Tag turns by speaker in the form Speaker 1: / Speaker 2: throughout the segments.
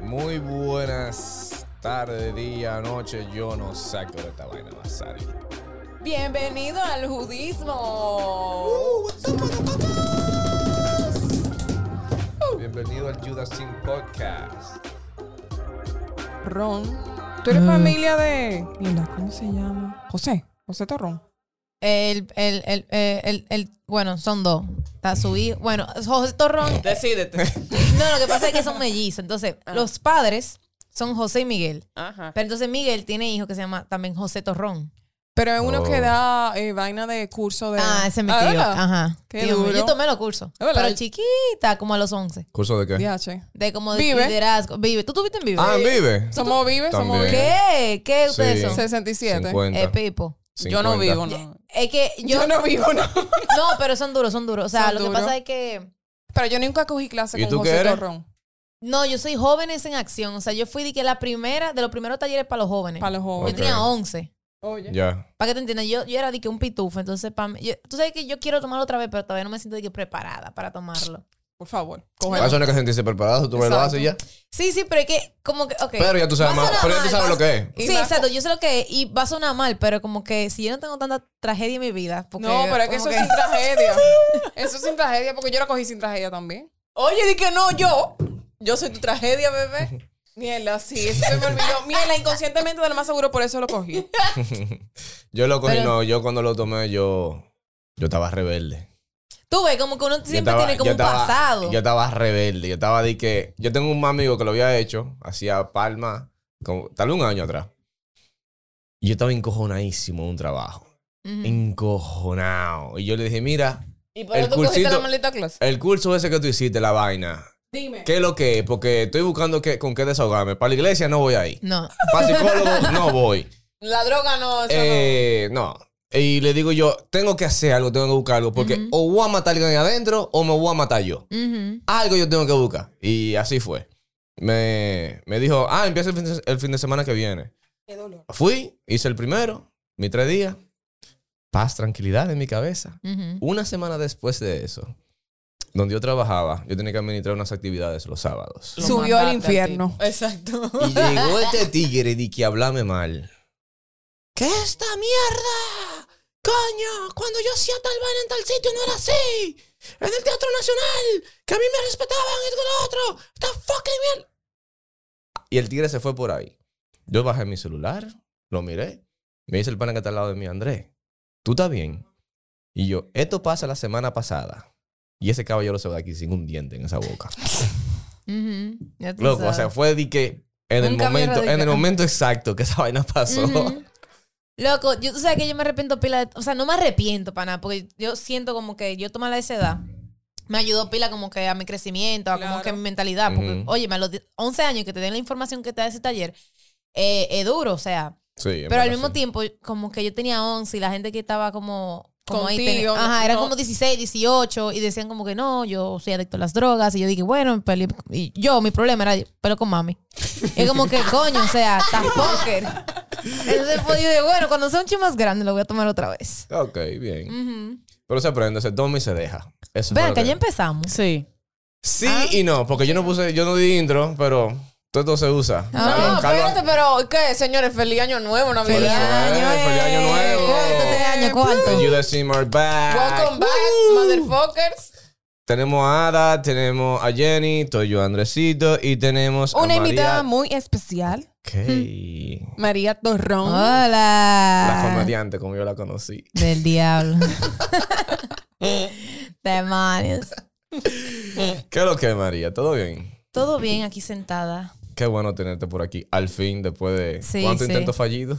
Speaker 1: Muy buenas tardes, día, noche. Yo no saco de esta vaina, Masari.
Speaker 2: Bienvenido al judismo.
Speaker 1: Bienvenido al Judas Sin Podcast.
Speaker 3: Ron. ¿Tú eres
Speaker 2: Mm.
Speaker 3: familia de. Mira, ¿cómo se llama? José. José Torrón.
Speaker 2: El, el, el, el, el- el- bueno, son dos. Está su hijo. Bueno, José Torrón.
Speaker 3: Decídete. Ah.
Speaker 2: No, lo que pasa es que son mellizos. Entonces, los padres son José y Miguel.
Speaker 3: Ajá.
Speaker 2: Pero entonces Miguel tiene hijo que se llama también José Torrón.
Speaker 3: Pero es uno
Speaker 1: Oh.
Speaker 3: que da eh, vaina de curso de.
Speaker 2: Ah, ese es mi
Speaker 3: Ah,
Speaker 2: tío.
Speaker 3: ¿verdad?
Speaker 2: Ajá.
Speaker 3: Qué
Speaker 2: Tío mío.
Speaker 3: duro. Ah,
Speaker 2: Yo tomé los cursos.
Speaker 3: Es verdad.
Speaker 2: Pero chiquita, como a los 11.
Speaker 1: ¿Curso de qué?
Speaker 3: DH.
Speaker 2: De como de
Speaker 3: Vive.
Speaker 2: liderazgo. Vive. ¿Tú tuviste en Vive?
Speaker 1: Ah, vive.
Speaker 3: Somos vives, somos
Speaker 1: También.
Speaker 3: vives.
Speaker 2: ¿Qué? ¿Qué
Speaker 1: Sí.
Speaker 2: ustedes son?
Speaker 3: 67.
Speaker 1: 50.
Speaker 2: Eh, Pipo.
Speaker 3: Yo no
Speaker 1: 50.
Speaker 3: vivo, no.
Speaker 2: Es que yo.
Speaker 3: Yo no vivo, no.
Speaker 2: No, pero son duros, son duros. O sea,
Speaker 3: Son
Speaker 2: lo que
Speaker 3: duros.
Speaker 2: pasa es que.
Speaker 3: Pero yo nunca cogí clase
Speaker 1: ¿Y
Speaker 3: con
Speaker 1: tú qué
Speaker 3: José
Speaker 1: eres?
Speaker 3: Torrón.
Speaker 2: No, yo soy jóvenes en acción. O sea, yo fui de que la primera, de los primeros talleres para los jóvenes.
Speaker 3: Para los
Speaker 2: Yo
Speaker 3: jóvenes.
Speaker 2: tenía 11.
Speaker 3: Oye.
Speaker 1: Ya.
Speaker 2: Para que te entiendas, yo, yo era de que un pitufo. Entonces, pa' mí- yo- tú sabes que yo quiero tomarlo otra vez, pero todavía no me siento de que preparada para tomarlo.
Speaker 3: Por favor.
Speaker 1: Para
Speaker 3: Cógelo.
Speaker 1: Ah, eso no hay que sentirse preparado. Tú me lo
Speaker 3: Exacto.
Speaker 1: haces y ya.
Speaker 2: Sí, sí, pero es que, como que, ok.
Speaker 1: Pero ya tú sabes
Speaker 2: Va a
Speaker 1: más-
Speaker 2: sonar
Speaker 1: pero ya tú
Speaker 2: mal,
Speaker 1: sabes
Speaker 2: va a-
Speaker 1: lo que es.
Speaker 3: Y
Speaker 2: Sí,
Speaker 3: va-
Speaker 2: exacto. Yo sé lo que es. Y va a sonar mal, pero como que si yo no tengo tanta tragedia en mi vida. Porque,
Speaker 3: No, pero es que
Speaker 2: como
Speaker 3: eso es sin tragedia. Eso es sin tragedia, porque yo la cogí sin tragedia también. Oye, di que no, yo. Yo soy tu tragedia, bebé. Mierda, sí, eso se me olvidó. Mierda, inconscientemente de lo más seguro, por eso lo cogí.
Speaker 1: Yo lo cogí,
Speaker 2: Pero-
Speaker 1: no. Yo cuando lo tomé, yo. Yo estaba rebelde.
Speaker 2: Tú ves, como que uno
Speaker 1: Yo
Speaker 2: siempre
Speaker 1: estaba-
Speaker 2: tiene
Speaker 1: yo
Speaker 2: como un
Speaker 1: estaba-
Speaker 2: pasado.
Speaker 1: Yo estaba rebelde. Yo estaba de que. Yo tengo un amigo que lo había hecho. Hacía palma. Como, tal vez un año atrás. Y yo estaba encojonadísimo de un trabajo.
Speaker 2: Ujú.
Speaker 1: Encojonado. Y yo le dije, mira,
Speaker 3: ¿Y
Speaker 1: por El eso tú cogiste cursito- la
Speaker 3: maldita clase?
Speaker 1: el curso ese que tú hiciste, la vaina.
Speaker 3: Dime.
Speaker 1: ¿Qué es lo que es? Porque estoy buscando qué- con qué desahogarme. Para la iglesia no voy ahí.
Speaker 2: No.
Speaker 1: Para psicólogo no voy.
Speaker 3: La droga no, eso
Speaker 1: Eh, no. Y le digo yo, tengo que hacer algo, tengo que buscar algo. Porque o voy a matar a alguien adentro o me voy a matar yo.
Speaker 2: Ujú.
Speaker 1: algo yo tengo que buscar. Y así fue. Me, me dijo, ah, empieza el fin, de, el fin de semana que viene.
Speaker 3: Qué dolor.
Speaker 1: Fui, hice el primero, mi tres días. Paz, tranquilidad en mi cabeza.
Speaker 2: Ujú.
Speaker 1: Una semana después de eso, donde yo trabajaba, yo tenía que administrar unas actividades los sábados.
Speaker 3: Lo
Speaker 2: Subió
Speaker 3: mataste
Speaker 2: al infierno.
Speaker 3: tipo. Exacto.
Speaker 1: Y llegó este tigre de que hablame mal. ¿Qué esta mierda? Coño, cuando yo hacía tal vaina en tal sitio no era así. En el Teatro Nacional, que a mí me respetaban y lo otro. Esta fucking mierda. Y el tigre se fue por ahí. Yo bajé mi celular, lo miré. Me dice el pana que está al lado de mí, Andrés, ¿tú estás bien? Y yo, esto pasa la semana pasada. Y ese caballero se va de aquí sin un diente en esa boca.
Speaker 2: Ujú. Ya tú
Speaker 1: Loco, o
Speaker 2: sabes.
Speaker 1: sea, fue de que en el
Speaker 2: Un cambio
Speaker 1: momento, en el
Speaker 2: radical.
Speaker 1: momento exacto que esa vaina pasó.
Speaker 2: Ujú. Loco, yo, tú sabes que yo me arrepiento pila de- O sea, no me arrepiento para nada, porque yo siento como que yo tomar esa edad me ayudó pila como que a mi crecimiento, a como
Speaker 3: Claro.
Speaker 2: que a mi mentalidad. Porque,
Speaker 1: Ujú.
Speaker 2: oye, a los 11 años que te den la información que te da ese taller, eh, es duro, o sea.
Speaker 1: Sí, en
Speaker 2: Pero al
Speaker 1: verdad,
Speaker 2: mismo
Speaker 1: sí.
Speaker 2: tiempo, como que yo tenía 11 y la gente que estaba como... Como ahí
Speaker 3: Contigo,
Speaker 2: ten- ajá, eran
Speaker 3: no.
Speaker 2: como 16, 18 y decían como que no, yo soy adicto a las drogas y yo dije, bueno, pele- y yo, mi problema era pero con mami. Es como que, coño, o sea, estás póker. Entonces pues, yo dije, bueno, cuando sea un chingo más grande lo voy a tomar otra vez.
Speaker 1: Ok, bien.
Speaker 2: Ujú.
Speaker 1: Pero se aprende, se toma y se deja. Eso fue
Speaker 2: Vean
Speaker 1: lo
Speaker 2: que
Speaker 1: que-
Speaker 2: ya empezamos.
Speaker 3: Sí.
Speaker 1: Sí y no, porque yo no puse, yo no di intro, pero todo esto se usa.
Speaker 3: No,
Speaker 1: Ah, Carlos- Carlos-
Speaker 3: espérate, pero ¿qué? Señores, feliz año nuevo,
Speaker 1: Feliz
Speaker 3: Navidad.
Speaker 1: año,
Speaker 2: eh.
Speaker 1: feliz año nuevo.
Speaker 3: este
Speaker 2: ¿Cuánto te año? ¿Cuánto?
Speaker 1: The Judas Team are back.
Speaker 3: Welcome back,
Speaker 1: Woo.
Speaker 3: motherfuckers.
Speaker 1: Tenemos a Ada, tenemos a Jenny, estoy yo Andresito y tenemos a
Speaker 3: Una
Speaker 1: María.
Speaker 3: invitada muy especial,
Speaker 1: Ok.
Speaker 3: María Torrón.
Speaker 1: La
Speaker 2: Hola.
Speaker 1: comediante, como yo la conocí.
Speaker 2: Del diablo. Demonios.
Speaker 1: ¿Qué es lo que, María? ¿Todo bien?
Speaker 2: Todo bien aquí sentada.
Speaker 1: Qué bueno tenerte por aquí, al fin, después de...
Speaker 2: Sí,
Speaker 1: ¿Cuántos
Speaker 2: sí.
Speaker 1: intentos fallidos?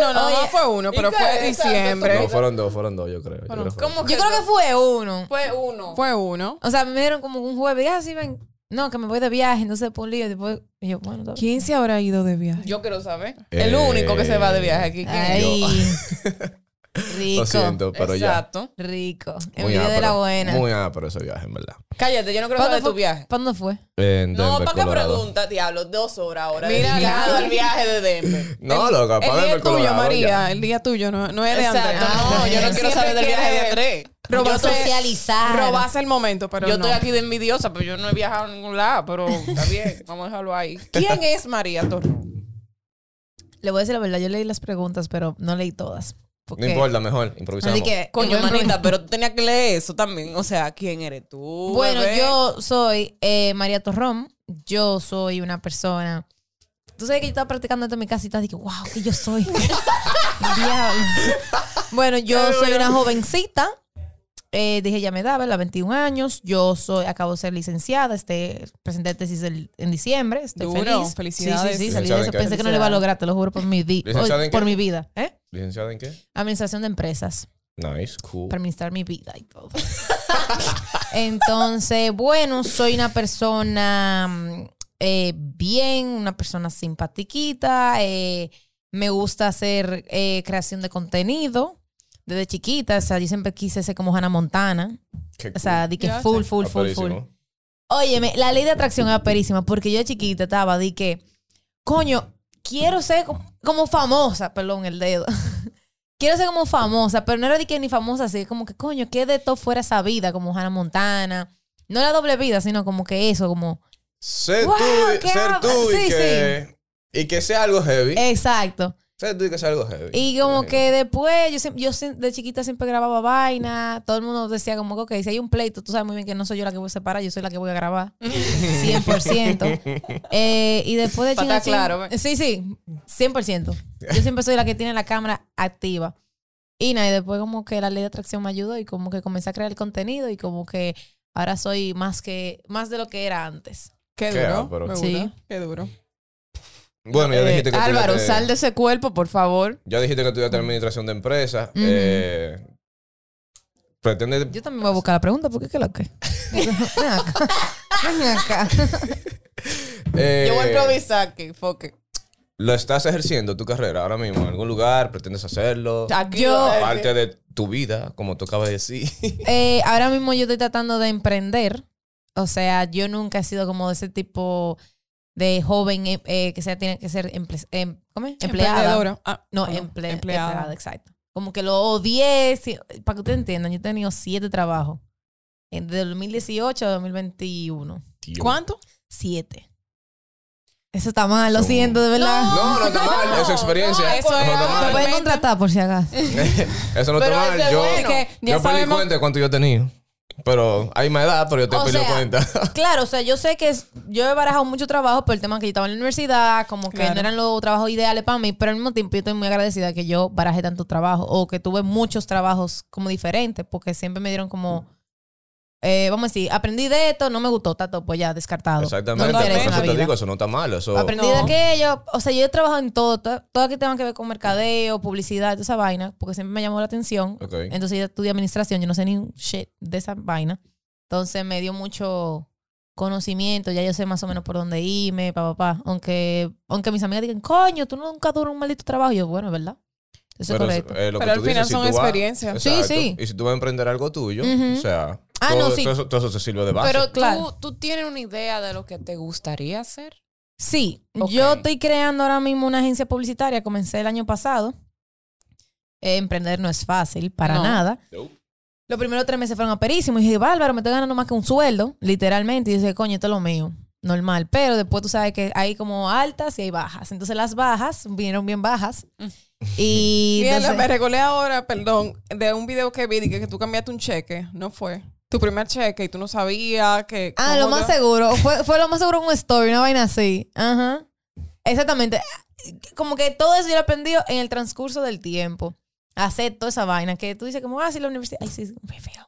Speaker 3: No, no,
Speaker 2: Oye,
Speaker 3: no fue uno, pero
Speaker 4: qué?
Speaker 3: fue en
Speaker 4: Exacto,
Speaker 3: diciembre.
Speaker 1: No, fueron dos, fueron dos, yo creo. yo creo que fueron
Speaker 3: ¿Cómo
Speaker 2: Yo creo que fue uno.
Speaker 4: Fue uno.
Speaker 3: Fue uno.
Speaker 2: O sea, me dieron como un jueves, ah, sí, ven. No, que me voy de viaje, entonces por un lío. Y después, y yo, bueno, todo bien.
Speaker 3: ¿Quién se habrá ido de viaje?
Speaker 4: Yo quiero saber.
Speaker 1: Eh,
Speaker 4: El único que se va de viaje aquí. ¿quién es?
Speaker 2: Ay,
Speaker 1: dos.
Speaker 2: rico,
Speaker 1: Lo siento, pero
Speaker 4: Exacto.
Speaker 2: rico.
Speaker 1: ya.
Speaker 2: Envidia de la
Speaker 1: ápero,
Speaker 2: buena.
Speaker 1: Muy ápero ese viaje, en verdad.
Speaker 4: Cállate, yo no quiero
Speaker 2: ¿Cuándo
Speaker 4: saber
Speaker 2: fue?
Speaker 4: tu viaje.
Speaker 2: ¿Para dónde fue?
Speaker 1: En
Speaker 4: No,
Speaker 1: Denver,
Speaker 4: ¿para qué
Speaker 1: Colorado.
Speaker 4: pregunta, diablo? Dos horas ahora.
Speaker 3: Mira,
Speaker 4: dedicado
Speaker 3: claro.
Speaker 4: al viaje de Denver.
Speaker 1: No, loca,
Speaker 3: El
Speaker 1: para
Speaker 3: día
Speaker 1: Denver,
Speaker 3: tuyo,
Speaker 1: Colorado.
Speaker 3: María.
Speaker 1: ya.
Speaker 3: El día tuyo, no, no es de
Speaker 4: Exacto.
Speaker 3: Andrés.
Speaker 2: Ah,
Speaker 4: No, yo no
Speaker 2: él
Speaker 4: quiero
Speaker 3: siempre
Speaker 4: saber del
Speaker 3: quiere
Speaker 4: viaje de
Speaker 3: ver.
Speaker 4: Andrés.
Speaker 3: Robarse-
Speaker 2: socializar.
Speaker 3: Robarse el momento, pero
Speaker 4: Ah, yo
Speaker 3: no.
Speaker 4: estoy aquí de envidiosa, pero yo no he viajado a ningún lado, pero está bien, vamos a dejarlo ahí.
Speaker 3: ¿Quién es María Torrón?
Speaker 2: Le voy a decir la verdad, yo leí las preguntas, pero no leí todas.
Speaker 1: No
Speaker 2: Porque...
Speaker 1: importa, mejor. Improvisamos.
Speaker 2: Así que,
Speaker 4: Coño,
Speaker 2: bueno,
Speaker 4: manita, pero tú tenías que leer eso también. O sea, ¿quién eres tú?
Speaker 2: Bueno,
Speaker 4: bebé?
Speaker 2: yo soy eh, María Torrón. Yo soy una persona. Tú sabes que yo estaba practicando esto en mi casa y estaba diciendo, wow, que yo soy. Diablo. Bueno, yo soy una jovencita. Eh, dije, ya me da, ¿verdad? 21 años. Yo soy, acabo de ser licenciada. Este, presenté tesis el- en diciembre. Estoy
Speaker 3: Duro,
Speaker 2: feliz.
Speaker 3: felicidades.
Speaker 2: Sí, sí, sí. Salí de
Speaker 1: ¿Licenciada
Speaker 2: eso.
Speaker 1: en qué?
Speaker 2: Pensé que no lo iba a lograr, te lo juro por mi, di-
Speaker 1: ¿Licenciada
Speaker 2: hoy-
Speaker 1: en qué?
Speaker 2: por mi vida. ¿eh?
Speaker 1: ¿Licenciada en qué?
Speaker 2: Administración de empresas
Speaker 1: Nice, cool.
Speaker 2: para administrar mi vida y todo. Entonces, bueno, soy una persona mm, eh, bien, una persona simpatiquita. eh, me gusta hacer eh, creación de contenido desde chiquita. O sea, yo siempre quise ser como Hannah Montana.
Speaker 1: Qué
Speaker 2: O sea, di que
Speaker 3: Ya sé.
Speaker 2: full, full,
Speaker 1: cool.
Speaker 2: full, full.
Speaker 1: Aperísimo.
Speaker 2: Óyeme, la ley de atracción era perísima porque yo de chiquita estaba di que, coño, quiero ser como, como famosa, perdón, el dedo. quiero ser como famosa, pero no era de que ni famosa, así como que, coño, que de todo fuera esa vida, como Hannah Montana. No la doble vida, sino como que eso, como.
Speaker 1: Sé
Speaker 2: Wow,
Speaker 1: tú,
Speaker 2: qué
Speaker 1: ser
Speaker 2: ab-
Speaker 1: tú y,
Speaker 2: sí,
Speaker 1: que, y que sea algo heavy.
Speaker 2: Exacto.
Speaker 1: sé tú y que sea algo heavy. Eh.
Speaker 2: Y como
Speaker 1: Sí.
Speaker 2: que después, yo, siem- yo siem- de chiquita siempre grababa vaina, todo el mundo decía como que, ok, si hay un pleito, tú sabes muy bien que no soy yo la que voy a separar, yo soy la que voy a grabar, 100%. Eh, y después de
Speaker 3: Pa'
Speaker 2: chinga
Speaker 3: estar
Speaker 2: chin-
Speaker 3: claro, ¿ve?
Speaker 2: sí, sí, 100%. Yo siempre soy la que tiene la cámara activa. Y nada, y después como que la ley de atracción me ayudó y como que comencé a crear el contenido y como que ahora soy más que más de lo que era antes.
Speaker 3: Qué
Speaker 1: Qué
Speaker 3: duro.
Speaker 1: ápero.
Speaker 3: me
Speaker 2: Sí.
Speaker 3: gusta. Qué duro.
Speaker 1: Bueno, ya
Speaker 4: Eh,
Speaker 1: dijiste que tú
Speaker 4: Álvaro,
Speaker 1: eres-
Speaker 4: sal de ese cuerpo, por favor.
Speaker 1: Ya dijiste que estudiaste administración de empresas.
Speaker 2: Mm. Ujú.
Speaker 1: eh, pretende.
Speaker 2: Yo también voy a buscar la pregunta, porque qué es lo que. Ven acá. Ven acá.
Speaker 1: eh,
Speaker 4: Yo voy a improvisar que foque.
Speaker 1: ¿Lo estás ejerciendo tu carrera ahora mismo en algún lugar? ¿Pretendes hacerlo?
Speaker 4: Aquí
Speaker 2: Yo-
Speaker 4: va a decir-
Speaker 1: Parte de tu vida, como tú acabas de decir.
Speaker 2: Eh, ahora mismo yo estoy tratando de emprender. O sea, yo nunca he sido como de ese tipo de joven eh, eh, que sea, tiene que ser emple- em- ¿cómo es? empleada.
Speaker 3: Emprendedora. Ah,
Speaker 2: No,
Speaker 3: perdón.
Speaker 2: emple- empleada. exacto. Como que lo odié. sí, para que ustedes entiendan, yo he tenido siete trabajos. En- De 2018 a 2021.
Speaker 1: Tío.
Speaker 3: ¿Cuánto?
Speaker 2: Siete. Eso está mal, lo
Speaker 1: Son-
Speaker 2: siento, de verdad.
Speaker 1: No, no está mal, es experiencia.
Speaker 4: no, eso
Speaker 1: no
Speaker 4: era-
Speaker 1: está
Speaker 2: Me
Speaker 1: mal.
Speaker 2: pueden contratar por si acaso.
Speaker 1: Eso no
Speaker 4: Pero
Speaker 1: está
Speaker 4: ese
Speaker 1: mal. Yo,
Speaker 4: bueno.
Speaker 2: Que
Speaker 3: ya
Speaker 1: yo perdí
Speaker 3: sabemos-
Speaker 1: cuenta de cuánto yo tenía. Pero hay más edad, pero yo te
Speaker 2: O
Speaker 1: perdí
Speaker 2: sea,
Speaker 1: cuenta.
Speaker 2: Claro, o sea, yo sé que es- yo he barajado mucho trabajo por el tema que yo estaba en la universidad, como que
Speaker 3: Claro.
Speaker 2: no eran los trabajos ideales para mí, pero al mismo tiempo yo estoy muy agradecida que yo barajé tanto trabajo o que tuve muchos trabajos como diferentes, porque siempre me dieron como, eh, vamos a decir, aprendí de esto, no me gustó tanto, pues ya descartado.
Speaker 1: Exactamente.
Speaker 2: No me
Speaker 1: por
Speaker 2: interesa en la
Speaker 1: eso te
Speaker 2: vida.
Speaker 1: digo, eso no está mal. Eso,
Speaker 2: Aprendí de
Speaker 3: No.
Speaker 2: aquello, o sea, yo he trabajado en todo, to- todo lo que tenga que ver con mercadeo, publicidad, toda esa vaina, porque siempre me llamó la atención.
Speaker 1: Ok.
Speaker 2: Entonces yo estudié administración, yo no sé ni un shit de esa vaina. Entonces me dio mucho conocimiento, ya yo sé más o menos por dónde irme, papá, papá. Aunque, aunque mis amigas digan, coño, tú nunca duras un maldito trabajo. Yo, bueno, es verdad. Eso es
Speaker 1: Pero,
Speaker 2: correcto.
Speaker 1: eh, lo que
Speaker 3: Pero
Speaker 1: tú
Speaker 3: al final
Speaker 1: dices, si
Speaker 3: son
Speaker 1: tú vas-
Speaker 3: experiencias.
Speaker 2: Sí,
Speaker 1: Exacto.
Speaker 2: sí.
Speaker 1: Y si tú vas a emprender algo tuyo,
Speaker 2: Ujú.
Speaker 1: o sea,
Speaker 2: Ah,
Speaker 1: todo,
Speaker 2: no, sí.
Speaker 1: todo eso, todo eso te sirve de base.
Speaker 3: Pero tú,
Speaker 2: Claro.
Speaker 3: tú tienes una idea de lo que te gustaría hacer.
Speaker 2: Sí,
Speaker 3: Ok.
Speaker 2: yo estoy creando ahora mismo una agencia publicitaria, comencé el año pasado. Eh, emprender no es fácil, para
Speaker 3: No.
Speaker 2: nada.
Speaker 1: Nope.
Speaker 2: Los primeros tres meses fueron aperísimos. Y dije, bárbaro, me estoy ganando más que un sueldo, literalmente. Y dije, coño, esto es lo mío. Normal. Pero después tú sabes que hay como altas y hay bajas. Entonces las bajas vinieron bien bajas.
Speaker 3: Mm.
Speaker 2: Y
Speaker 3: Mira,
Speaker 2: entonces-
Speaker 3: me recordé ahora, perdón, de un video que vi de que, que tú cambiaste un cheque, no fue. Tu primer cheque y tú no sabías que.
Speaker 2: Ah,
Speaker 3: cómo
Speaker 2: lo más
Speaker 3: era.
Speaker 2: seguro. Fue, fue lo más seguro un story, una vaina así. Ajá. Exactamente. Como que todo eso yo lo he aprendido en el transcurso del tiempo. Hacer toda esa vaina que tú dices como, ah, sí, la universidad. Ay, sí, sí, me feo.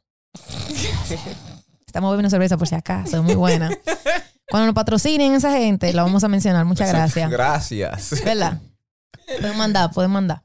Speaker 2: Estamos bebiendo cerveza por si acaso, muy buena. Cuando nos patrocinen esa gente, la vamos a mencionar. Muchas gracias.
Speaker 1: Gracias.
Speaker 2: ¿Verdad? Pueden mandar, pueden mandar.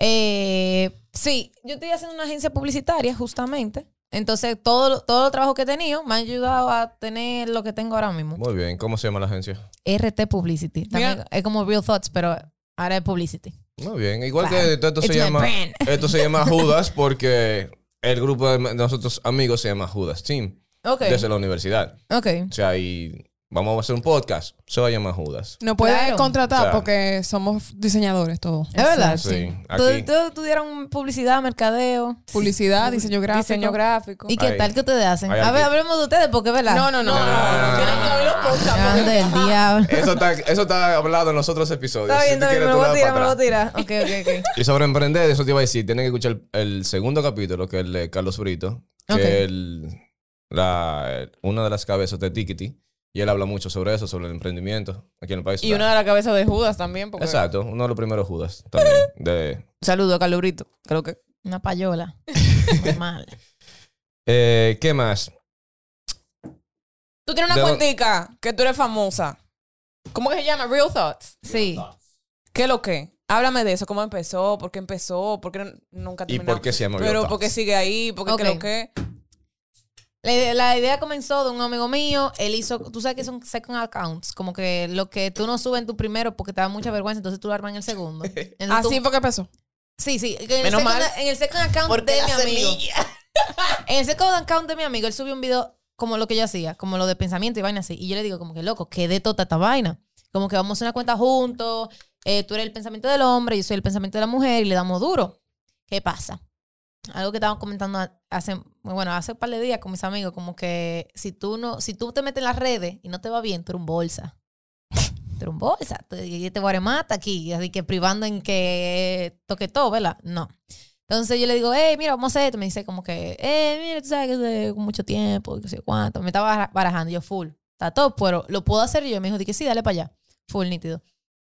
Speaker 2: Eh, sí, yo estoy haciendo una agencia publicitaria justamente. Entonces, todo, lo- todo el trabajo que he tenido me ha ayudado a tener lo que tengo ahora mismo.
Speaker 1: Muy bien, ¿cómo se llama la agencia?
Speaker 2: RT Publicity. También
Speaker 3: Mira.
Speaker 2: es como Real Thoughts, pero ahora es Publicity.
Speaker 1: Muy bien, igual
Speaker 2: Claro.
Speaker 1: que esto, esto se
Speaker 2: It's my
Speaker 1: llama
Speaker 2: brand.
Speaker 1: esto se llama Judas porque el grupo de nosotros amigos se llama Judas Team
Speaker 2: Ok.
Speaker 1: desde la universidad.
Speaker 2: Ok.
Speaker 1: O sea, y vamos a hacer un podcast, se va a llamar Judas.
Speaker 3: No puede
Speaker 2: Claro.
Speaker 3: contratar
Speaker 1: Claro.
Speaker 3: porque somos diseñadores todos.
Speaker 2: Es verdad.
Speaker 1: Sí,
Speaker 2: Tú,
Speaker 1: aquí.
Speaker 2: tú tuvieron publicidad, mercadeo.
Speaker 3: Publicidad, diseño gráfico.
Speaker 4: Diseño gráfico.
Speaker 2: ¿Y qué
Speaker 1: Ay.
Speaker 2: tal que ustedes hacen?
Speaker 1: Ay,
Speaker 2: A ver,
Speaker 1: aquí.
Speaker 2: hablemos de ustedes porque, ¿verdad?
Speaker 3: No, no, no.
Speaker 1: No, no, no.
Speaker 3: Tienen que abrir los podcasts, porque-
Speaker 2: Ande el diablo.
Speaker 1: Eso está, eso está hablado en los otros episodios.
Speaker 2: Está
Speaker 1: Si
Speaker 2: bien,
Speaker 1: tú
Speaker 2: está bien,
Speaker 1: quieres,
Speaker 2: me
Speaker 1: tú
Speaker 2: lo
Speaker 1: le
Speaker 2: voy a
Speaker 1: das
Speaker 2: tirar, me
Speaker 1: para
Speaker 2: lo voy a
Speaker 1: atrás.
Speaker 2: tirar. Ok, ok, ok.
Speaker 1: Y sobre emprender, eso te iba a decir, tienen que escuchar el, el segundo capítulo, que es el de Carlos Brito, que
Speaker 2: Ok.
Speaker 1: el- la, una de las cabezas de Tikiti, y él habla mucho sobre eso, sobre el emprendimiento aquí en el país.
Speaker 4: Y una de las cabezas de Judas también. Porque...
Speaker 1: Exacto, uno de los primeros Judas también. de,
Speaker 4: Saludo a Calubrito. Creo que.
Speaker 2: Una payola. Normal.
Speaker 1: eh, ¿Qué más?
Speaker 4: Tú tienes una
Speaker 1: De-
Speaker 4: cuentica que tú eres famosa. ¿Cómo que se llama? Real Thoughts.
Speaker 2: Sí.
Speaker 4: ¿Qué es lo que? Háblame de eso. ¿Cómo empezó? ¿Por qué empezó? ¿Por qué no- nunca
Speaker 1: ¿Y
Speaker 4: terminó?
Speaker 1: por qué se llama
Speaker 4: Pero
Speaker 1: Real
Speaker 4: porque
Speaker 1: Thoughts?
Speaker 4: sigue ahí, porque
Speaker 2: Ok.
Speaker 4: creo que.
Speaker 2: La idea, la idea comenzó de un amigo mío. Él hizo, tú sabes que son second accounts, como que lo que tú no subes en tu primero porque te da mucha vergüenza, entonces tú lo armas en el segundo. Entonces tú-
Speaker 3: Así fue que empezó.
Speaker 2: sí, sí. que En
Speaker 4: Menos
Speaker 2: el second,
Speaker 4: mal.
Speaker 2: en el second account de mi amigo. En el second account de mi amigo, él subió un video como lo que yo hacía, como lo de pensamiento y vaina así. Y yo le digo, como que loco, qué de tota esta vaina. Como que vamos a hacer una cuenta juntos. eh, tú eres el pensamiento del hombre, yo soy el pensamiento de la mujer y le damos duro. ¿Qué pasa? Algo que estábamos comentando hace, bueno, hace un par de días con mis amigos, como que si tú no, si tú te metes en las redes y no te va bien, tú eres un bolsa. Tú eres un bolsa. tú- Y te guaremata aquí. Así que privando en que toque todo, ¿verdad? No. Entonces yo le digo, hey, mira, vamos a hacer esto. Me dice como que, hey, mira, tú sabes que hace mucho tiempo, que sé cuánto. Me estaba baraj- barajando yo full. Está todo, pero lo puedo hacer yo. Y me dijo, di que sí, dale para allá. Full nítido.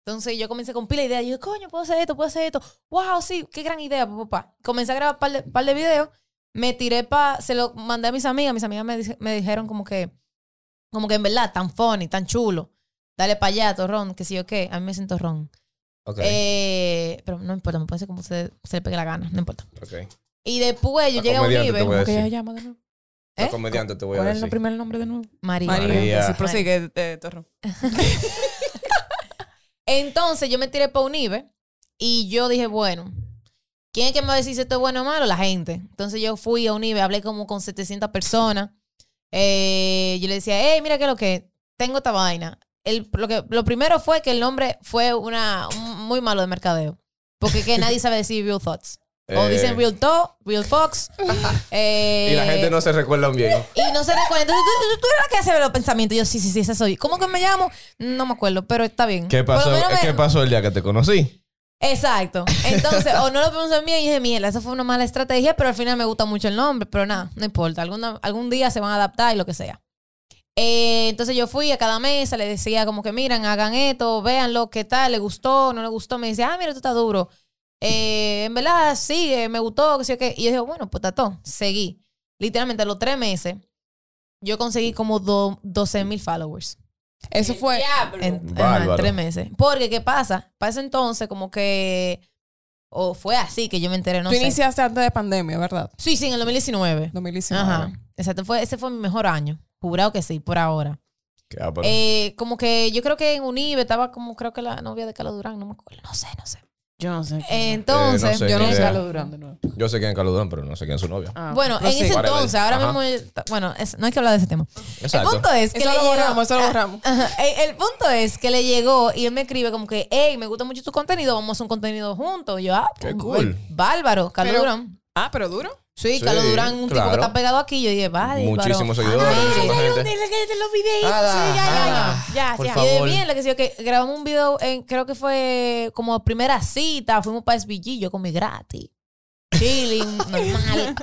Speaker 2: Entonces yo comencé con pila de ideas. Yo dije, coño, puedo hacer esto, puedo hacer esto. Wow, sí, qué gran idea, papá. Comencé a grabar un par de, par de videos. Me tiré para, se lo mandé a mis amigas. Mis amigas me, dice- me dijeron como que, como que en verdad, tan funny, tan chulo. Dale para allá, torrón, que sí yo qué. A mí me siento ron.
Speaker 1: Ok,
Speaker 2: Eh, pero no importa, me puede ser como se, se le pegue la gana, no importa.
Speaker 1: ok.
Speaker 2: Y después yo
Speaker 1: La
Speaker 2: llegué a un
Speaker 1: comediante te voy a
Speaker 2: nivel. como
Speaker 1: decir.
Speaker 2: que-
Speaker 1: Sí.
Speaker 4: llama de nuevo?
Speaker 1: La
Speaker 2: ¿Eh?
Speaker 1: comediante te voy a decir.
Speaker 4: primer nombre de nuevo?
Speaker 2: María.
Speaker 1: María.
Speaker 4: Sí, prosigue, eh, Torro.
Speaker 2: Entonces yo me tiré para Unive y yo dije, bueno, ¿quién es que me va a decir si esto es bueno o malo? La gente. Entonces yo fui a Unive, hablé como con 700 personas. Eh, yo le decía, hey, mira qué es lo que tengo esta vaina. El- lo, que, lo primero fue que el nombre fue una, un- muy malo de mercadeo. Porque que nadie sabe decir Real Thoughts. O
Speaker 1: Eh,
Speaker 2: dicen Real Thought, Real Fox. eh,
Speaker 1: Y la gente no se recuerda bien.
Speaker 2: Y no se recuerda. Entonces, tú, tú- tú eres la que hace los pensamientos. Yo, sí, sí, sí, esa soy. ¿Cómo que me llamo? No me acuerdo, pero está bien.
Speaker 1: ¿Qué
Speaker 2: Por lo
Speaker 1: pasó,
Speaker 2: menos me-
Speaker 1: ¿Qué pasó el día que te conocí?
Speaker 2: Exacto. Entonces, o no lo pronuncian bien y dije, mierda, esa fue una mala estrategia, pero al final me gusta mucho el nombre. Pero nada, no importa. Alguna- algún día se van a adaptar y lo que sea. Eh, entonces yo fui a cada mesa, le decía como que miran, hagan esto, véanlo, qué tal, le gustó, no le gustó. Me dice, ah, mira, tú estás duro. Eh, en verdad, sí, eh, me gustó, qué sé yo qué. Y yo dije, bueno, pues tatón, seguí. Literalmente a los tres meses, yo conseguí como do- 12 mil followers.
Speaker 3: Eso fue.
Speaker 2: En, ajá, en
Speaker 1: Bárbaro.
Speaker 2: tres meses. Porque, ¿qué pasa? Para ese entonces, como que. O fue así que yo me enteré, no
Speaker 3: tú
Speaker 2: sé.
Speaker 3: iniciaste antes de pandemia, ¿verdad?
Speaker 2: Sí, sí, en el 2019.
Speaker 3: 2019.
Speaker 2: Ajá. Exacto. Fue, ese fue mi mejor año. Jurado que sí, por ahora.
Speaker 1: Que, ah, pero-
Speaker 2: Eh, como que yo creo que en Unive estaba como, creo que la novia de Carlos Durán, no me acuerdo. No sé, Eh, no sé.
Speaker 4: Yo no sé.
Speaker 2: Entonces,
Speaker 1: sé.
Speaker 3: yo no
Speaker 1: ni
Speaker 3: sé
Speaker 1: idea.
Speaker 3: lo-
Speaker 4: Durán de nuevo. Ah,
Speaker 1: Yo sé quién es Carlos Durán, pero no sé quién es su novia.
Speaker 2: bueno, en ese
Speaker 1: Whatever.
Speaker 2: entonces, ahora
Speaker 1: Ajá.
Speaker 2: mismo. yo- Bueno, es- no hay que hablar de ese tema.
Speaker 1: Exacto.
Speaker 2: El punto es que
Speaker 3: Eso
Speaker 2: le
Speaker 3: lo
Speaker 2: llegó-
Speaker 3: borramos, eso lo borramos.
Speaker 2: Ajá. El, el punto es que le llegó y él me escribe como que, hey, me gusta mucho tu contenido, vamos a hacer un contenido juntos. Y yo, ah,
Speaker 1: Qué
Speaker 2: pues,
Speaker 1: cool.
Speaker 2: Bárbaro, Carlos
Speaker 3: Pero-
Speaker 2: Durán.
Speaker 3: Ah, pero duro.
Speaker 2: Sí,
Speaker 1: Sí,
Speaker 2: Carlos Durán, un tipo
Speaker 1: claro.
Speaker 2: que está pegado aquí. Yo dije, vale.
Speaker 1: Muchísimos
Speaker 2: Ah,
Speaker 1: seguidores, muchísima gente. Ah,
Speaker 2: los videos.
Speaker 1: Ada,
Speaker 2: sí, ya, ya,
Speaker 1: Ada,
Speaker 2: ya, ya,
Speaker 1: por
Speaker 2: ya.
Speaker 1: favor.
Speaker 2: Y de bien, lo que sí, que grabamos un video, en, creo que fue como primera cita, fuimos para SBG, yo comí gratis. Chilling, normal.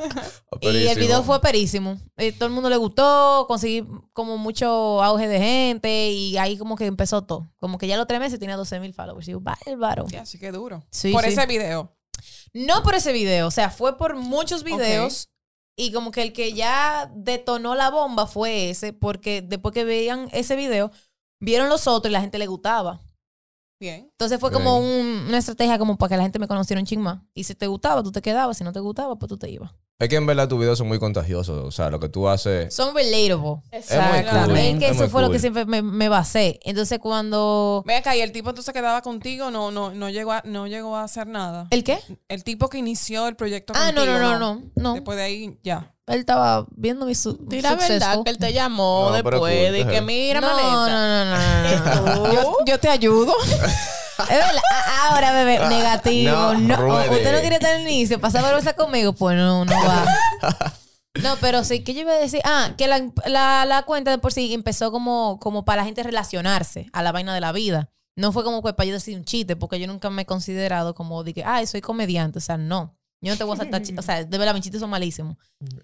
Speaker 2: Y el
Speaker 1: Aperísimo.
Speaker 2: video fue perísimo. Eh, todo el mundo le gustó, conseguí como mucho auge de gente y ahí como que empezó todo. Como que ya a los tres meses tenía 12 mil followers. Y yo, bárbaro.
Speaker 3: Ya, sí que duro.
Speaker 2: Sí,
Speaker 3: Por
Speaker 2: sí.
Speaker 3: ese video.
Speaker 2: No por ese video, o sea, fue por muchos videos. Y como que el que ya detonó la bomba fue ese, porque después que veían ese video, vieron los otros y la gente le gustaba.
Speaker 3: Bien.
Speaker 2: Entonces fue como
Speaker 1: Ok.
Speaker 2: un- una estrategia como para que la gente me conociera un ching más. Y si te gustaba, tú te quedabas. Si no te gustaba, pues tú te ibas.
Speaker 1: Es que en verdad tus videos son muy contagiosos. O sea, lo que tú haces.
Speaker 2: Son relatable.
Speaker 1: Exactamente.
Speaker 2: Es que
Speaker 1: Es
Speaker 2: eso
Speaker 1: muy
Speaker 2: fue lo que
Speaker 1: cool.
Speaker 2: siempre me, me basé. Entonces, cuando.
Speaker 3: Ve acá, y el tipo entonces quedaba contigo, no, no, no llegó a, no llegó a hacer nada.
Speaker 2: ¿El qué?
Speaker 3: El tipo que inició el proyecto
Speaker 2: Ah, no,
Speaker 3: contigo,
Speaker 2: no, no, no. no.
Speaker 3: Después de ahí, ya.
Speaker 2: Él estaba viendo mi su
Speaker 5: Di la verdad
Speaker 2: successful.
Speaker 5: que él te llamó
Speaker 1: No, pero
Speaker 5: después
Speaker 1: cool,
Speaker 5: y que
Speaker 1: ajá.
Speaker 5: mira,
Speaker 2: no, no,
Speaker 5: maneta.
Speaker 2: no, no, no, no.
Speaker 5: Yo, yo te ayudo.
Speaker 2: Es verdad. Ah, Ahora, bebé, negativo.
Speaker 1: no,
Speaker 2: No,
Speaker 1: ruede.
Speaker 2: usted no quería estar en el inicio. Pasaba vergüenza conmigo. Pues no, no va. No, pero sí, ¿qué yo iba a decir? Ah, que la, la, la cuenta de por sí empezó como, como para la gente relacionarse a la vaina de la vida. No fue como que para yo decir un chiste, porque yo nunca me he considerado como de que, ay, soy comediante. O sea, no. Yo no te voy a saltar chistes. O sea, de verdad, mis chistes son malísimos.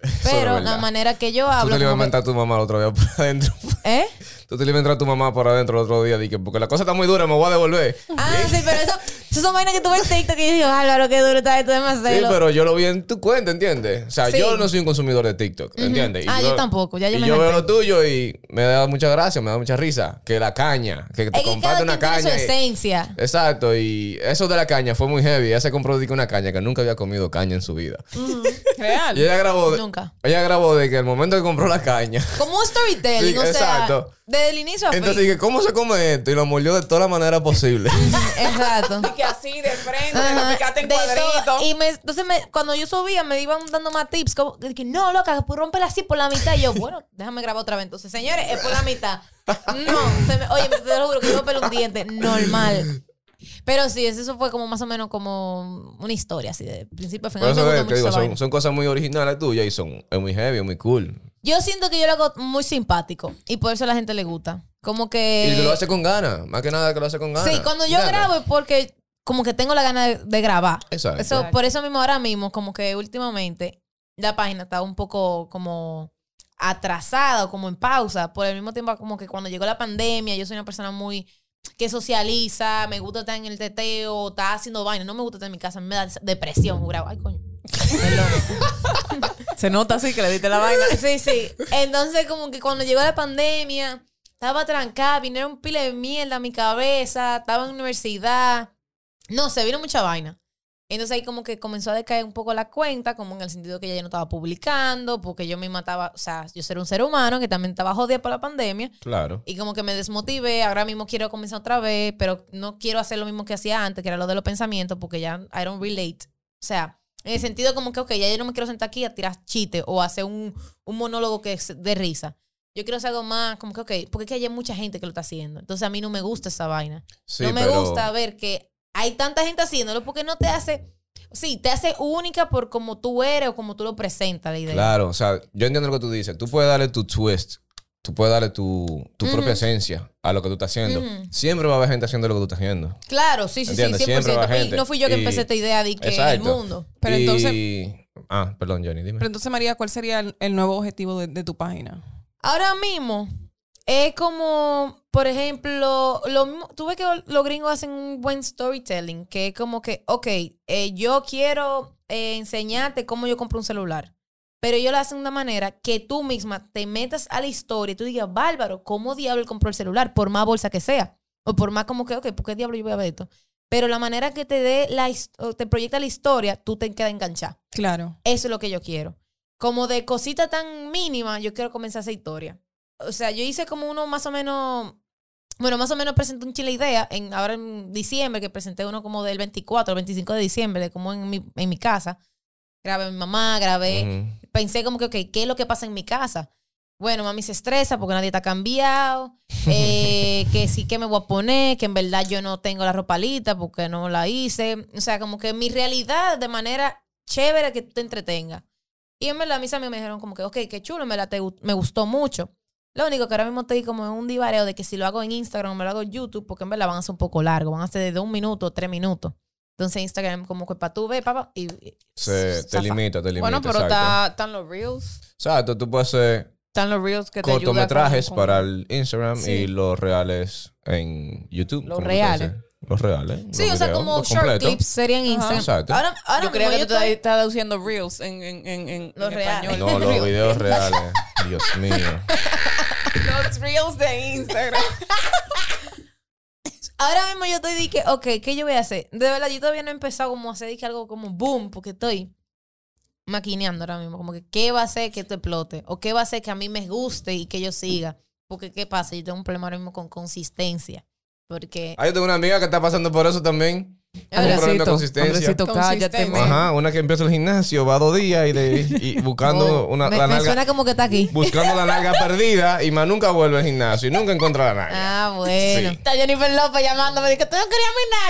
Speaker 1: es
Speaker 2: Pero la
Speaker 1: verdad.
Speaker 2: manera que yo
Speaker 1: Tú
Speaker 2: hablo.
Speaker 1: te le
Speaker 2: como que-
Speaker 1: inventar a tu mamá el otro día por adentro.
Speaker 2: ¿Eh?
Speaker 1: Tú te le inventas a tu mamá por adentro el otro día. Dije, porque la cosa está muy dura, me voy a devolver.
Speaker 2: Ah, sí, pero eso, eso son vainas que tuve en TikTok que yo digo, Álvaro, qué duro está esto demasiado.
Speaker 1: Sí, pero yo lo vi en tu cuenta, ¿entiendes? O sea,
Speaker 2: Sí.
Speaker 1: yo no soy un consumidor de TikTok, ¿entiendes? Y
Speaker 2: Ah, yo tampoco, ya yo
Speaker 1: y
Speaker 2: me
Speaker 1: yo veo
Speaker 2: harté.
Speaker 1: lo tuyo y me da mucha gracia, me da mucha risa. Que la caña, que te
Speaker 2: es que
Speaker 1: compraste una
Speaker 2: cada quien tiene su
Speaker 1: caña. y-
Speaker 2: esencia.
Speaker 1: Exacto, y eso de la caña fue muy heavy. Ella se compró de que una caña que nunca había comido caña en su vida.
Speaker 3: Real.
Speaker 1: Y ella grabó. de-
Speaker 2: Nunca.
Speaker 1: Ella grabó de que el momento que compró la caña.
Speaker 2: Como un storytelling,
Speaker 1: Sí,
Speaker 2: o sea,
Speaker 1: exacto.
Speaker 2: desde el inicio a fin.
Speaker 1: Entonces dije, ¿cómo se come esto? Y lo molió de toda la manera posible.
Speaker 2: exacto.
Speaker 3: Y que así, de frente,
Speaker 2: Ajá,
Speaker 3: lo picaste en
Speaker 2: de
Speaker 3: cuadrito.
Speaker 2: todo. Y me, entonces me- cuando yo subía me iban dando más tips. Como, de que, no, loca, pues rompela así por la mitad. Y yo, bueno, déjame grabar otra vez. Entonces, señores, es por la mitad. No, se me- oye, te lo juro que yo me pelé un diente. Normal. Pero sí, eso fue como más o menos como una historia así de principio a fin. A
Speaker 1: Por
Speaker 2: mí me
Speaker 1: eso
Speaker 2: gustó
Speaker 1: que te
Speaker 2: mucho
Speaker 1: digo,
Speaker 2: esa
Speaker 1: son,
Speaker 2: vaina.
Speaker 1: son cosas muy originales tuyas y son es muy heavy, es muy cool.
Speaker 2: Yo siento que yo lo hago muy simpático y por eso a la gente le gusta. Como que...
Speaker 1: Y que lo hace con ganas, más que nada que lo hace con ganas.
Speaker 2: Eh, Sí, cuando yo
Speaker 1: Ganas.
Speaker 2: grabo es porque como que tengo la gana de, de grabar.
Speaker 1: Exacto.
Speaker 2: Eso, por eso mismo ahora mismo, como que últimamente la página está un poco como atrasada o como en pausa. Por el mismo tiempo, como que cuando llegó la pandemia, yo soy una persona muy que socializa, me gusta estar en el teteo, estar haciendo vaina. No me gusta estar en mi casa, a mí me da depresión. Grabo, ay, coño.
Speaker 4: Se nota así que le diste la vaina.
Speaker 2: Sí, sí. Entonces, como que cuando llegó la pandemia, estaba trancada, vinieron pile de mierda a mi cabeza, estaba en universidad. No, se vino mucha vaina. Entonces ahí como que comenzó a decaer un poco la cuenta, como en el sentido que ya yo no estaba publicando, porque yo misma estaba, o sea, yo era un ser humano que también estaba jodida por la pandemia.
Speaker 1: Claro.
Speaker 2: Y como que me desmotivé, ahora mismo quiero comenzar otra vez, pero no quiero hacer lo mismo que hacía antes, que era lo de los pensamientos, porque ya I don't relate. O sea, en el sentido como que, ok, ya yo no me quiero sentar aquí a tirar chiste o hacer un, un monólogo que es de risa. Yo quiero hacer algo más, como que, ok, porque es que hay mucha gente que lo está haciendo. Entonces a mí no me gusta esa vaina.
Speaker 1: Sí,
Speaker 2: no me
Speaker 1: pero-
Speaker 2: gusta ver que hay tanta gente haciéndolo porque no te hace, sí, te hace única por como tú eres o como tú lo presentas la idea.
Speaker 1: Claro, o sea, yo entiendo lo que tú dices. Tú puedes darle tu twist, tú puedes darle tu, tu propia esencia a lo que tú estás haciendo.
Speaker 2: Ujú.
Speaker 1: Siempre va a haber gente haciendo lo que tú estás haciendo.
Speaker 2: Claro, sí, sí,
Speaker 1: Entiendes,
Speaker 2: sí, 100%.
Speaker 1: siempre va
Speaker 2: Y
Speaker 1: gente.
Speaker 2: no fui yo que
Speaker 1: Y-
Speaker 2: empecé esta idea de que el
Speaker 1: Exacto.
Speaker 2: mundo.
Speaker 3: Pero
Speaker 1: Y-
Speaker 3: entonces-
Speaker 1: Ah, perdón, Johnny, dime.
Speaker 3: Pero entonces, María, ¿cuál sería el, el nuevo objetivo de, de tu página?
Speaker 2: Ahora mismo es como, por ejemplo, lo, mismo- tú ves que los gringos hacen un buen storytelling, que es como que, ok, eh, yo quiero eh, enseñarte cómo yo compro un celular. Pero ellos lo hacen de una manera que tú misma te metas a la historia y tú digas, bárbaro, ¿cómo diablo él compró el celular? Por más bolsa que sea. O por más como que, ok, ¿por qué diablo yo voy a ver esto? Pero la manera que te dé la his- o te proyecta la historia, tú te quedas enganchada.
Speaker 3: Claro.
Speaker 2: Eso es lo que yo quiero. Como de cosita tan mínima, yo quiero comenzar esa historia. O sea, yo hice como uno más o menos. Bueno, más o menos presenté un chile idea en, ahora en diciembre, que presenté uno como del 24 al 25 de diciembre, de como en mi, en mi casa. Grabé a mi mamá, grabé.
Speaker 1: Ujú.
Speaker 2: Pensé como que, ok, ¿qué es lo que pasa en mi casa? Bueno, mami se estresa porque nadie está cambiado. eh, que sí que me voy a poner, que en verdad yo no tengo la ropalita porque no la hice. O sea, como que mi realidad de manera chévere que tú te entretenga. Y en verdad, mis amigos me dijeron como que, ok, qué chulo, en verdad te gu- me gustó mucho. Lo único que ahora mismo estoy como en un divareo de que si lo hago en Instagram o me lo hago en YouTube, porque en verdad van a ser un poco largo, van a ser de un minuto o tres minutos. Entonces Instagram como que para tú ve, papá, y... y-
Speaker 1: Se, te
Speaker 2: zafa.
Speaker 1: limita, te limita.
Speaker 4: Bueno, pero
Speaker 1: exacto.
Speaker 4: está- están los reels.
Speaker 1: Exacto, tú puedes hacer
Speaker 4: Están los reels que te ayudan. con-
Speaker 1: cortometrajes
Speaker 4: con-
Speaker 1: para el Instagram
Speaker 4: Sí.
Speaker 1: y los reales en YouTube.
Speaker 4: Los
Speaker 1: como tú
Speaker 4: reales.
Speaker 1: dices. Los reales.
Speaker 2: Sí,
Speaker 1: los
Speaker 2: o sea,
Speaker 1: videos,
Speaker 2: como
Speaker 1: los
Speaker 2: short
Speaker 1: completos.
Speaker 2: clips serían Instagram.
Speaker 1: Exacto.
Speaker 2: Ahora, ahora
Speaker 4: Yo creía
Speaker 2: mismo
Speaker 4: que tú
Speaker 2: yo
Speaker 4: te
Speaker 2: estoy-
Speaker 4: estás traduciendo reels en, en, en, en,
Speaker 2: Los
Speaker 4: en
Speaker 2: reales.
Speaker 1: No,
Speaker 4: español.
Speaker 1: los videos reales. Dios mío.
Speaker 3: Los reels de Instagram.
Speaker 2: ahora mismo yo estoy de que, ok, ¿qué yo voy a hacer? De verdad, yo todavía no he empezado como a hacer de que algo como boom, porque estoy maquineando ahora mismo. Como que, ¿qué va a hacer que esto explote? ¿O qué va a hacer que a mí me guste y que yo siga? Porque, ¿qué pasa? Yo tengo un problema ahora mismo con consistencia. Porque.
Speaker 1: Ah, yo tengo una amiga que está pasando por eso también. Con un problema de consistencia.
Speaker 4: Hombrecito, cállate.
Speaker 3: Consistencia.
Speaker 4: men.
Speaker 1: Ajá, una que empieza el gimnasio, va dos días y, de- y buscando una,
Speaker 2: me,
Speaker 1: la
Speaker 2: me
Speaker 1: nalga,
Speaker 2: suena como que está aquí.
Speaker 1: buscando la nalga perdida y más nunca vuelve al gimnasio y nunca encuentra la nalga.
Speaker 2: Ah, bueno.
Speaker 1: Sí.
Speaker 2: Está Jennifer López llamándome. Dice que tú no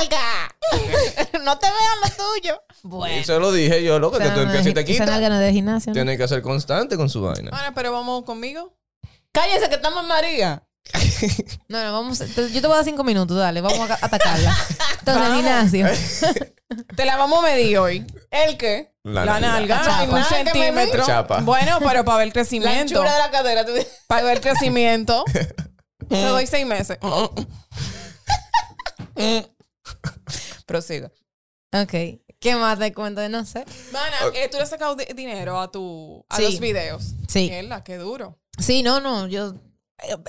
Speaker 2: querías mi nalga. no te veo lo tuyo.
Speaker 1: Y
Speaker 2: Bueno.
Speaker 1: se lo dije yo, loco, que tú empiezas y te
Speaker 2: Esa
Speaker 1: quitas.
Speaker 2: nalga no es de gimnasio. ¿no?
Speaker 1: Tienes que ser constante con su vaina.
Speaker 3: Ahora, pero vamos conmigo.
Speaker 4: Cállese que estamos en María.
Speaker 2: No, no, vamos. te- Yo te voy a dar cinco minutos, dale. Vamos a a atacarla. Entonces, el gimnasio.
Speaker 3: Te la vamos a medir hoy. ¿El qué?
Speaker 1: La
Speaker 3: la nalga.
Speaker 1: nalga.
Speaker 4: La
Speaker 3: Ay,
Speaker 4: chapa.
Speaker 3: un
Speaker 4: Nada que me
Speaker 3: centímetro.
Speaker 1: mide. Chapa.
Speaker 3: Bueno, pero para ver el
Speaker 4: La
Speaker 3: crecimiento.
Speaker 4: anchura de la cadera. tú dices.
Speaker 3: Para ver el crecimiento. Te doy seis meses.
Speaker 4: Prosiga.
Speaker 2: Ok. ¿Qué más te cuento? No sé.
Speaker 3: Mana, eh, tú le has sacado di- dinero a tu a
Speaker 2: Sí.
Speaker 3: los videos.
Speaker 2: Sí.
Speaker 3: Mierda, qué duro.
Speaker 2: Eh, Sí, no, no. Yo.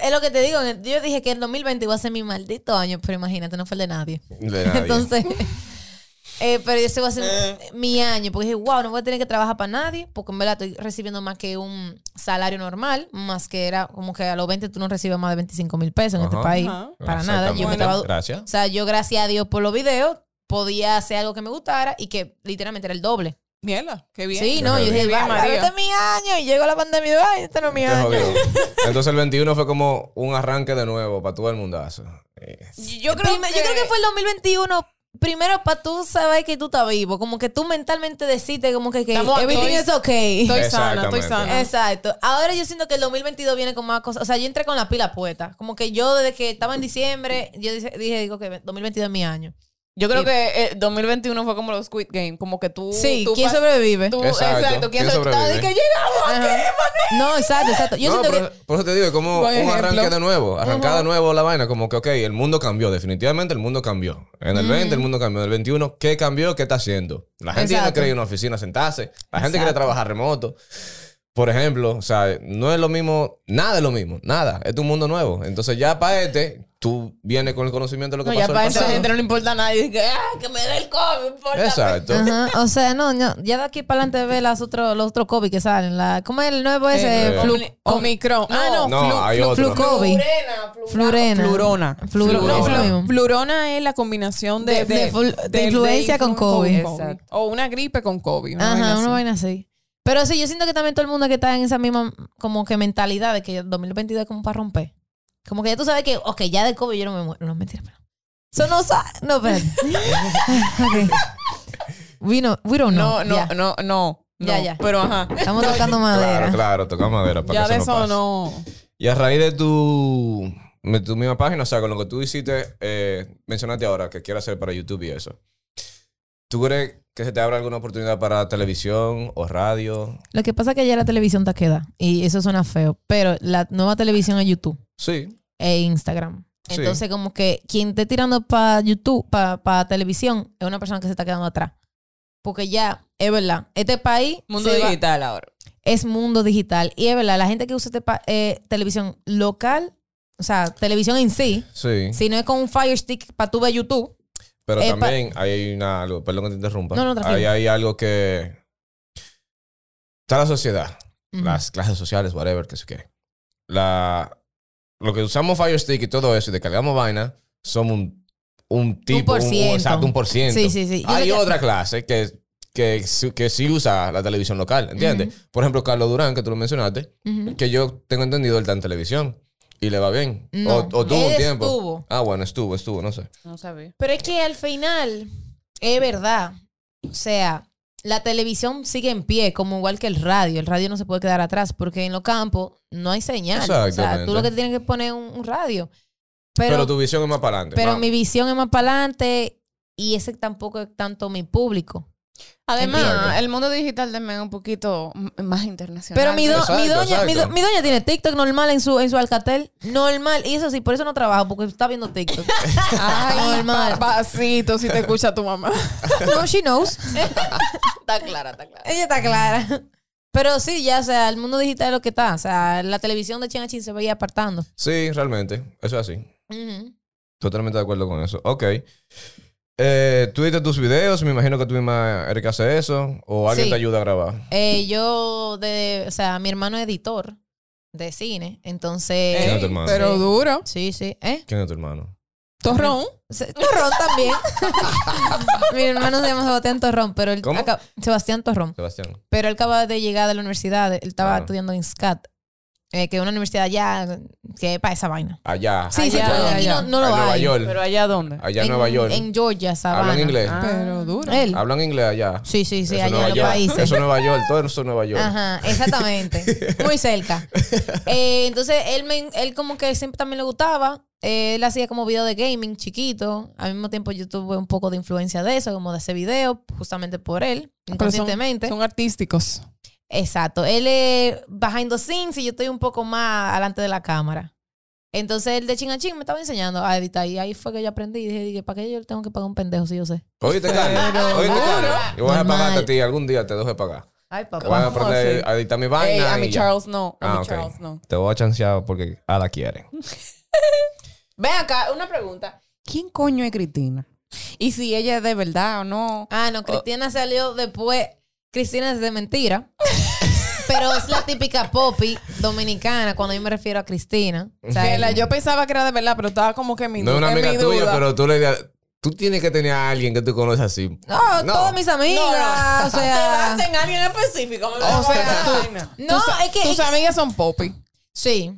Speaker 2: Es lo que te digo. Yo dije que el 2020 iba a ser mi maldito año, pero imagínate, no fue el de nadie.
Speaker 1: De nadie.
Speaker 2: Entonces, eh, pero ese va a ser mi año, porque dije, wow, no voy a tener que trabajar para nadie, porque en verdad estoy recibiendo más que un salario normal, más que era como que a los 20 tú no recibes más de 25 mil pesos en este
Speaker 1: Ajá.
Speaker 2: país,
Speaker 3: Ajá.
Speaker 2: para nada. Yo me
Speaker 1: Exactamente.
Speaker 2: estaba-
Speaker 1: Gracias.
Speaker 2: o sea, yo gracias a Dios por los videos podía hacer algo que me gustara y que literalmente era el doble.
Speaker 3: Mierda, qué bien.
Speaker 2: Sí, no,
Speaker 1: Qué
Speaker 2: yo dije,
Speaker 3: bien,
Speaker 2: "Bárbaro,
Speaker 3: María".
Speaker 2: este es mi año y llegó la pandemia, y, ay, este no es mi
Speaker 1: Te
Speaker 2: año.
Speaker 1: jodió. Entonces el 21 fue como un arranque de nuevo para todo el mundazo. Eh,
Speaker 4: Yo creo,
Speaker 2: Prime- Yo creo que fue el 2021. Primero, para tú saber que tú estás vivo. Como que tú mentalmente deciste como que, que
Speaker 3: Estamos aquí.
Speaker 2: everything is okay.
Speaker 3: Estoy sana,
Speaker 1: Exactamente.
Speaker 3: estoy sana.
Speaker 2: Exacto. Ahora yo siento que el 2022 viene con más cosas. O sea, yo entré con la pila puesta. Como que yo desde que estaba en diciembre, yo dice- dije, digo que 2022 es mi año.
Speaker 4: Yo creo que eh, 2021 fue como los Squid Game. Como que tú.
Speaker 2: Sí,
Speaker 4: tú
Speaker 2: ¿quién Ah,
Speaker 4: pas-
Speaker 2: sobrevive?
Speaker 4: tú-
Speaker 1: Exacto,
Speaker 4: exacto.
Speaker 1: ¿quién
Speaker 4: ¿Quién sobrevive?
Speaker 1: sobrevive?
Speaker 4: Y que llegamos
Speaker 2: Ajá.
Speaker 4: aquí.
Speaker 2: No, exacto, exacto. Yo
Speaker 1: no,
Speaker 2: siento
Speaker 1: pero-
Speaker 2: que...
Speaker 1: por eso te digo, es como un
Speaker 3: Buen ejemplo.
Speaker 1: arranque de nuevo. Arrancar de nuevo la vaina. Como que, ok, el mundo cambió. Definitivamente el mundo cambió. En el 20 el mundo cambió. En el 21, ¿qué cambió? ¿Qué está haciendo? La gente ya no
Speaker 2: Exacto.
Speaker 1: quiere ir a una oficina a sentarse. La gente quiere trabajar remoto. Por ejemplo, o sea, no es lo mismo, nada es lo mismo, nada. Es un mundo nuevo. Entonces ya para este, tú vienes con el conocimiento de lo que
Speaker 4: No, ya este
Speaker 1: pasó
Speaker 4: para
Speaker 1: el
Speaker 4: esa
Speaker 1: pasado.
Speaker 4: gente no le importa a nadie. Que, ah, que me dé el COVID. no importa.
Speaker 1: Exacto.
Speaker 2: Ajá, o sea, no, no, ya de aquí para adelante ve las otro, los otros COVID que salen. La, ¿Cómo es el nuevo ese?
Speaker 1: Eh,
Speaker 2: Flu-
Speaker 3: Omicron. Ah, no.
Speaker 1: No, hay otro.
Speaker 2: Flucovid. Flurena.
Speaker 4: Flurona.
Speaker 2: Fluro-
Speaker 1: Flurona.
Speaker 2: no, es lo mismo.
Speaker 3: Flurona es la combinación de,
Speaker 2: De- de flu- de influenza con
Speaker 3: influ-
Speaker 2: COVID.
Speaker 4: Exacto.
Speaker 3: O una gripe con COVID. una vaina
Speaker 2: Ajá,
Speaker 3: así.
Speaker 2: una vaina así. Pero sí, yo siento que también todo el mundo que está en esa misma como que mentalidad de que el 2022 es como para romper. Como que ya tú sabes que, ok, ya de COVID yo no me muero. No, mentira, pero... Eso no sabe. No, espérate. Ok. We, know- we don't know.
Speaker 4: No, no,
Speaker 2: Ya.
Speaker 4: no, no.
Speaker 2: Ya,
Speaker 4: no,
Speaker 2: ya.
Speaker 4: Pero ajá.
Speaker 2: Estamos tocando madera.
Speaker 1: Claro, claro, toca madera para
Speaker 3: Ya
Speaker 1: que
Speaker 3: de
Speaker 1: eso no
Speaker 3: eso
Speaker 1: pase.
Speaker 3: no.
Speaker 1: Y a raíz de tu, de tu misma página, o sea, con lo que tú hiciste, eh, mencionaste ahora que quieres hacer para YouTube y eso. ¿Tú crees que se te abra alguna oportunidad para televisión o radio?
Speaker 2: Lo que pasa es que ya la televisión te queda. Y eso suena feo. Pero la nueva televisión es YouTube
Speaker 1: Sí.
Speaker 2: e Instagram.
Speaker 1: Sí.
Speaker 2: Entonces, como que quien esté tirando para YouTube, para televisión, es una persona que se está quedando atrás. Porque ya, es verdad, este país
Speaker 4: Mundo
Speaker 2: se va-
Speaker 4: digital ahora.
Speaker 2: es mundo digital. Y es verdad, la gente que usa este pa- eh, televisión local, o sea, televisión en sí,
Speaker 1: Sí.
Speaker 2: si no es con un Fire Stick para tu ver YouTube,
Speaker 1: Pero
Speaker 2: Eh, pa-
Speaker 1: también hay una, algo, perdón que te interrumpa.
Speaker 2: No, no, tranquilo.
Speaker 1: Ahí hay algo que... Está la sociedad,
Speaker 2: ujú,
Speaker 1: las clases sociales, whatever, que sé qué. La, lo que usamos Fire Stick y todo eso y descargamos vaina, somos un, un tipo,
Speaker 2: por
Speaker 1: un, un-
Speaker 2: ciento.
Speaker 1: exacto, un por ciento.
Speaker 2: Sí, sí, sí. Yo
Speaker 1: Hay
Speaker 2: sé que-
Speaker 1: otra clase que, que, sí- que sí usa la televisión local, ¿entiendes? Por ejemplo, Carlos Durán, que tú lo mencionaste,
Speaker 2: ujú.
Speaker 1: que yo tengo entendido, él está en televisión y le va bien.
Speaker 2: No,
Speaker 1: o, o tuvo
Speaker 2: él
Speaker 1: un tiempo.
Speaker 2: estuvo.
Speaker 1: Ah, bueno, estuvo, estuvo, no sé.
Speaker 4: No sabía.
Speaker 2: Pero es que al final, es verdad. O sea, la televisión sigue en pie, como igual que el radio. El radio no se puede quedar atrás porque en los campos no hay señal. O sea, tú
Speaker 1: Exactamente.
Speaker 2: lo que tienes que poner es un, un radio.
Speaker 1: Pero,
Speaker 2: Pero, pero,
Speaker 1: tu visión es más para adelante. más-
Speaker 2: mi visión es más para adelante y ese tampoco es tanto mi público.
Speaker 4: Además,
Speaker 1: Exacto.
Speaker 4: el mundo digital también es un poquito m- más internacional.
Speaker 2: Pero mi, do-
Speaker 1: Exacto,
Speaker 2: mi doña, mi, do-
Speaker 1: exacto.
Speaker 2: mi doña tiene TikTok normal en su, en su Alcatel. Normal. Y eso sí, por eso no trabajo, porque está viendo TikTok.
Speaker 3: Ay,
Speaker 2: Normal.
Speaker 3: papacito, si te escucha tu mamá.
Speaker 2: no, she knows.
Speaker 4: está clara, está clara.
Speaker 2: Ella está clara. Pero sí, ya, o sea, el mundo digital es lo que está. O sea, la televisión de China Chin se veía apartando.
Speaker 1: Sí, realmente, eso es así. Totalmente de acuerdo con eso. Ok. eh, tú editas tus videos, me imagino que tú misma eres que hace eso, o alguien
Speaker 2: Sí.
Speaker 1: te ayuda a grabar.
Speaker 2: Eh, yo, de, o sea, mi hermano es editor de cine, entonces...
Speaker 1: ¿Quién es tu hermano?
Speaker 3: Pero duro.
Speaker 2: Sí, sí. ¿Eh?
Speaker 1: ¿Quién es tu hermano?
Speaker 3: Torrón.
Speaker 2: Se- Torrón también. mi hermano se llama Sebastián Torrón, pero él...
Speaker 1: ¿Cómo?
Speaker 2: acá- Sebastián Torrón.
Speaker 1: Sebastián.
Speaker 2: Pero él acaba de llegar de la universidad, él estaba
Speaker 1: Ah.
Speaker 2: estudiando en SCAT, eh, que es una universidad allá, que es para esa vaina.
Speaker 1: Allá.
Speaker 2: Sí, sí,
Speaker 4: Allá,
Speaker 2: pero aquí
Speaker 4: allá.
Speaker 2: no, no lo
Speaker 1: a Nueva
Speaker 2: hay.
Speaker 1: York.
Speaker 4: Pero allá dónde?
Speaker 1: allá en
Speaker 2: en
Speaker 1: Nueva York.
Speaker 2: En Georgia, Savannah.
Speaker 1: Hablan inglés.
Speaker 4: Ah.
Speaker 3: Pero duro.
Speaker 2: Él.
Speaker 1: Hablan inglés allá.
Speaker 2: Sí, sí,
Speaker 1: Eso
Speaker 2: sí,
Speaker 1: es
Speaker 2: allá en
Speaker 1: Nueva
Speaker 2: los
Speaker 1: York.
Speaker 2: países.
Speaker 1: Eso es Nueva York, todo eso es Nueva York.
Speaker 2: Ajá, exactamente. Muy cerca. Eh, entonces, él, me, él como que siempre también le gustaba. Eh, él hacía como video de gaming chiquito. Al mismo tiempo yo tuve un poco de influencia de eso, como de ese video, justamente por
Speaker 3: Ah,
Speaker 2: él,
Speaker 3: Pero son-
Speaker 2: inconscientemente.
Speaker 3: Son artísticos.
Speaker 2: Exacto. Él es behind the scenes y yo estoy un poco más adelante de la cámara. Entonces él de chin a chin me estaba enseñando a editar y ahí fue que yo aprendí y dije, dije ¿para qué yo le tengo que pagar un pendejo si yo sé?
Speaker 1: Oíste, Carlos. Oíste, Carlos. Yo voy a
Speaker 2: Normal.
Speaker 1: pagarte a ti, algún día te dejo de pagar.
Speaker 2: Ay, papá.
Speaker 1: Voy a
Speaker 4: ¿Cómo
Speaker 1: aprender
Speaker 4: así?
Speaker 1: a editar mi
Speaker 4: Ey,
Speaker 1: vaina.
Speaker 4: a
Speaker 1: y
Speaker 4: mi
Speaker 1: ya.
Speaker 4: Charles no. A
Speaker 1: Ah,
Speaker 4: mi
Speaker 1: ok.
Speaker 4: Charles no.
Speaker 1: Te voy a chancear porque Ada quiere.
Speaker 4: Ve acá, una pregunta. ¿Quién coño es Cristina? Y si ella es de verdad o no.
Speaker 2: Ah, no, Cristina salió después. Cristina es de mentira. pero es la típica popi dominicana cuando yo me refiero a Cristina. O sea,
Speaker 3: Mela, yo pensaba que era de verdad, pero estaba como que en mi,
Speaker 1: No es
Speaker 3: du-
Speaker 1: una
Speaker 3: en
Speaker 1: amiga
Speaker 3: mi
Speaker 1: tuya,
Speaker 3: duda.
Speaker 1: pero tú le Tú tienes que tener a alguien que tú conoces así.
Speaker 2: no,
Speaker 1: No.
Speaker 2: todas mis amigas. O sea.
Speaker 4: en alguien específico. Me
Speaker 3: O sea, tú-
Speaker 2: No, es que.
Speaker 3: Tus amigas son popi.
Speaker 2: Sí.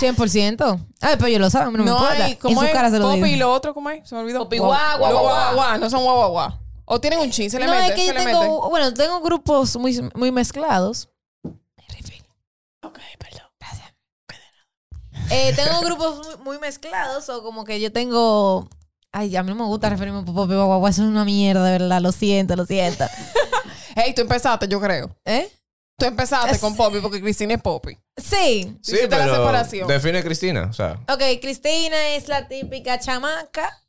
Speaker 2: 100%. Ay, pero yo lo saben, no, me
Speaker 3: No,
Speaker 2: importa.
Speaker 3: hay, ¿cómo
Speaker 2: en
Speaker 3: es?
Speaker 2: su cara se lo digo.
Speaker 3: Popi y lo otro, ¿cómo es? Se me olvidó.
Speaker 4: Popi,
Speaker 3: Guau-
Speaker 4: guau, guau,
Speaker 3: Los
Speaker 4: guau.
Speaker 3: guau, no son guau, guau, guau. O tienen un chin, se le
Speaker 2: No,
Speaker 3: mete,
Speaker 2: es que
Speaker 3: se
Speaker 2: yo
Speaker 3: le
Speaker 2: tengo,
Speaker 3: mete.
Speaker 2: bueno, tengo grupos muy, muy mezclados. Refill.
Speaker 4: Ok, perdón.
Speaker 2: Gracias. Eh, tengo grupos muy- muy mezclados o como que yo tengo... Ay, a mí no me gusta referirme a Popopi Guagua, eso es una mierda, de verdad, lo siento, lo siento.
Speaker 3: Hey, tú empezaste, yo creo.
Speaker 2: ¿Eh?
Speaker 3: Tú empezaste
Speaker 2: Es-
Speaker 3: con Poppy porque Cristina es Poppy.
Speaker 2: Sí.
Speaker 3: Sí, sí, está la separación.
Speaker 1: define a Cristina, o sea,
Speaker 2: Ok, Cristina es la típica chamaca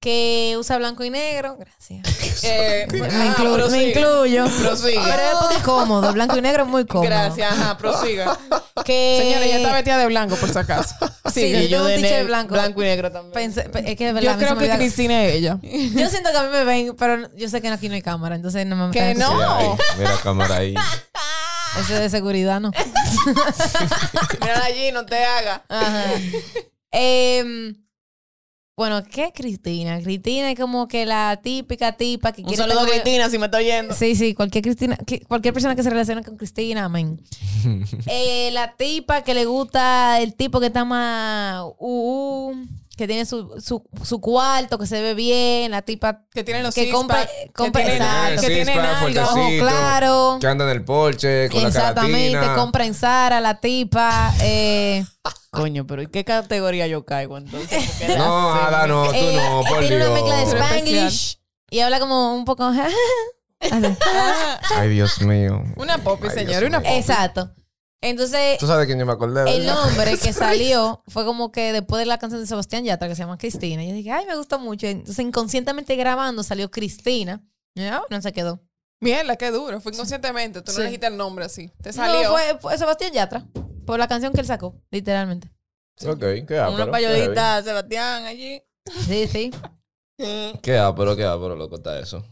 Speaker 2: que usa blanco y negro. Gracias.
Speaker 4: Eh,
Speaker 2: Me,
Speaker 4: ajá,
Speaker 2: inclu- me
Speaker 4: prosigue.
Speaker 2: incluyo.
Speaker 4: Prosigue.
Speaker 2: Pero es porque es cómodo, blanco y negro es muy cómodo.
Speaker 4: Gracias, ajá, prosiga.
Speaker 2: Que...
Speaker 3: Señora, ella está vestida de blanco, por si acaso.
Speaker 2: Eh, Sí, yo tengo un teacher blanco.
Speaker 4: Blanco y negro también.
Speaker 2: Pensé- pe- es que de verdad,
Speaker 3: Yo
Speaker 2: a mí se
Speaker 3: creo
Speaker 2: me
Speaker 3: que
Speaker 2: olvida-
Speaker 3: Cristina es ella.
Speaker 2: Yo siento que a mí me ven, pero yo sé que aquí no hay cámara, entonces no me
Speaker 3: Que no.
Speaker 1: mira, ahí, mira la cámara ahí.
Speaker 2: Eso es de seguridad, ¿no?
Speaker 4: Mira allí, no te hagas.
Speaker 2: Ajá. Em, bueno, ¿qué es Cristina? Cristina es como que la típica tipa que
Speaker 4: Un
Speaker 2: quiere...
Speaker 4: saludo a
Speaker 2: tener-
Speaker 4: Cristina si me está oyendo.
Speaker 2: Sí, sí, cualquier Cristina, que- cualquier persona que se relacione con Cristina, amén. Eh, la tipa que le gusta el tipo que está más uh, uh, que tiene su, su, su cuarto, que se ve bien, la tipa
Speaker 3: Que tiene los
Speaker 2: que
Speaker 3: six
Speaker 2: compra,
Speaker 3: pack,
Speaker 2: compra
Speaker 3: que tiene,
Speaker 2: exacto,
Speaker 3: que
Speaker 1: six
Speaker 3: tiene
Speaker 1: pack,
Speaker 3: nalga, ojo
Speaker 2: ojo
Speaker 1: fuertecito,
Speaker 2: claro.
Speaker 1: Que anda en el porche con la
Speaker 2: Exactamente,
Speaker 1: caratina.
Speaker 2: compra en Sara, la tipa. eh,
Speaker 4: Coño, pero ¿en qué categoría yo caigo entonces? Porque la
Speaker 1: No,
Speaker 4: sé.
Speaker 1: Ada, no, tú
Speaker 2: eh,
Speaker 1: no, por
Speaker 2: tiene una mezcla de
Speaker 1: Dios.
Speaker 2: Spanglish y habla como un poco. así.
Speaker 1: Ay, Dios mío.
Speaker 3: Una Poppy,
Speaker 1: Ay, Dios
Speaker 3: señora, una
Speaker 1: mío.
Speaker 3: Poppy.
Speaker 2: exacto. Entonces,
Speaker 1: Tú sabes quién yo me acordé, ¿verdad?
Speaker 2: el nombre que salió fue como que después de la canción de Sebastián Yatra que se llama Cristina. Yo dije, ay, me gusta mucho. Entonces, inconscientemente grabando salió Cristina. Y yo, ah, bueno, se quedó.
Speaker 3: Mierda, qué duro. Fue inconscientemente. Tú no
Speaker 2: Sí.
Speaker 3: le dijiste el nombre así. Te salió.
Speaker 2: No, fue, fue Sebastián Yatra. Por la canción que él sacó, literalmente.
Speaker 1: Ok, qué ápero.
Speaker 4: Una
Speaker 1: qué
Speaker 4: payolita, Sebastián, allí.
Speaker 2: Sí, sí.
Speaker 1: heavy. Qué ápero, qué ápero, loco, está eso.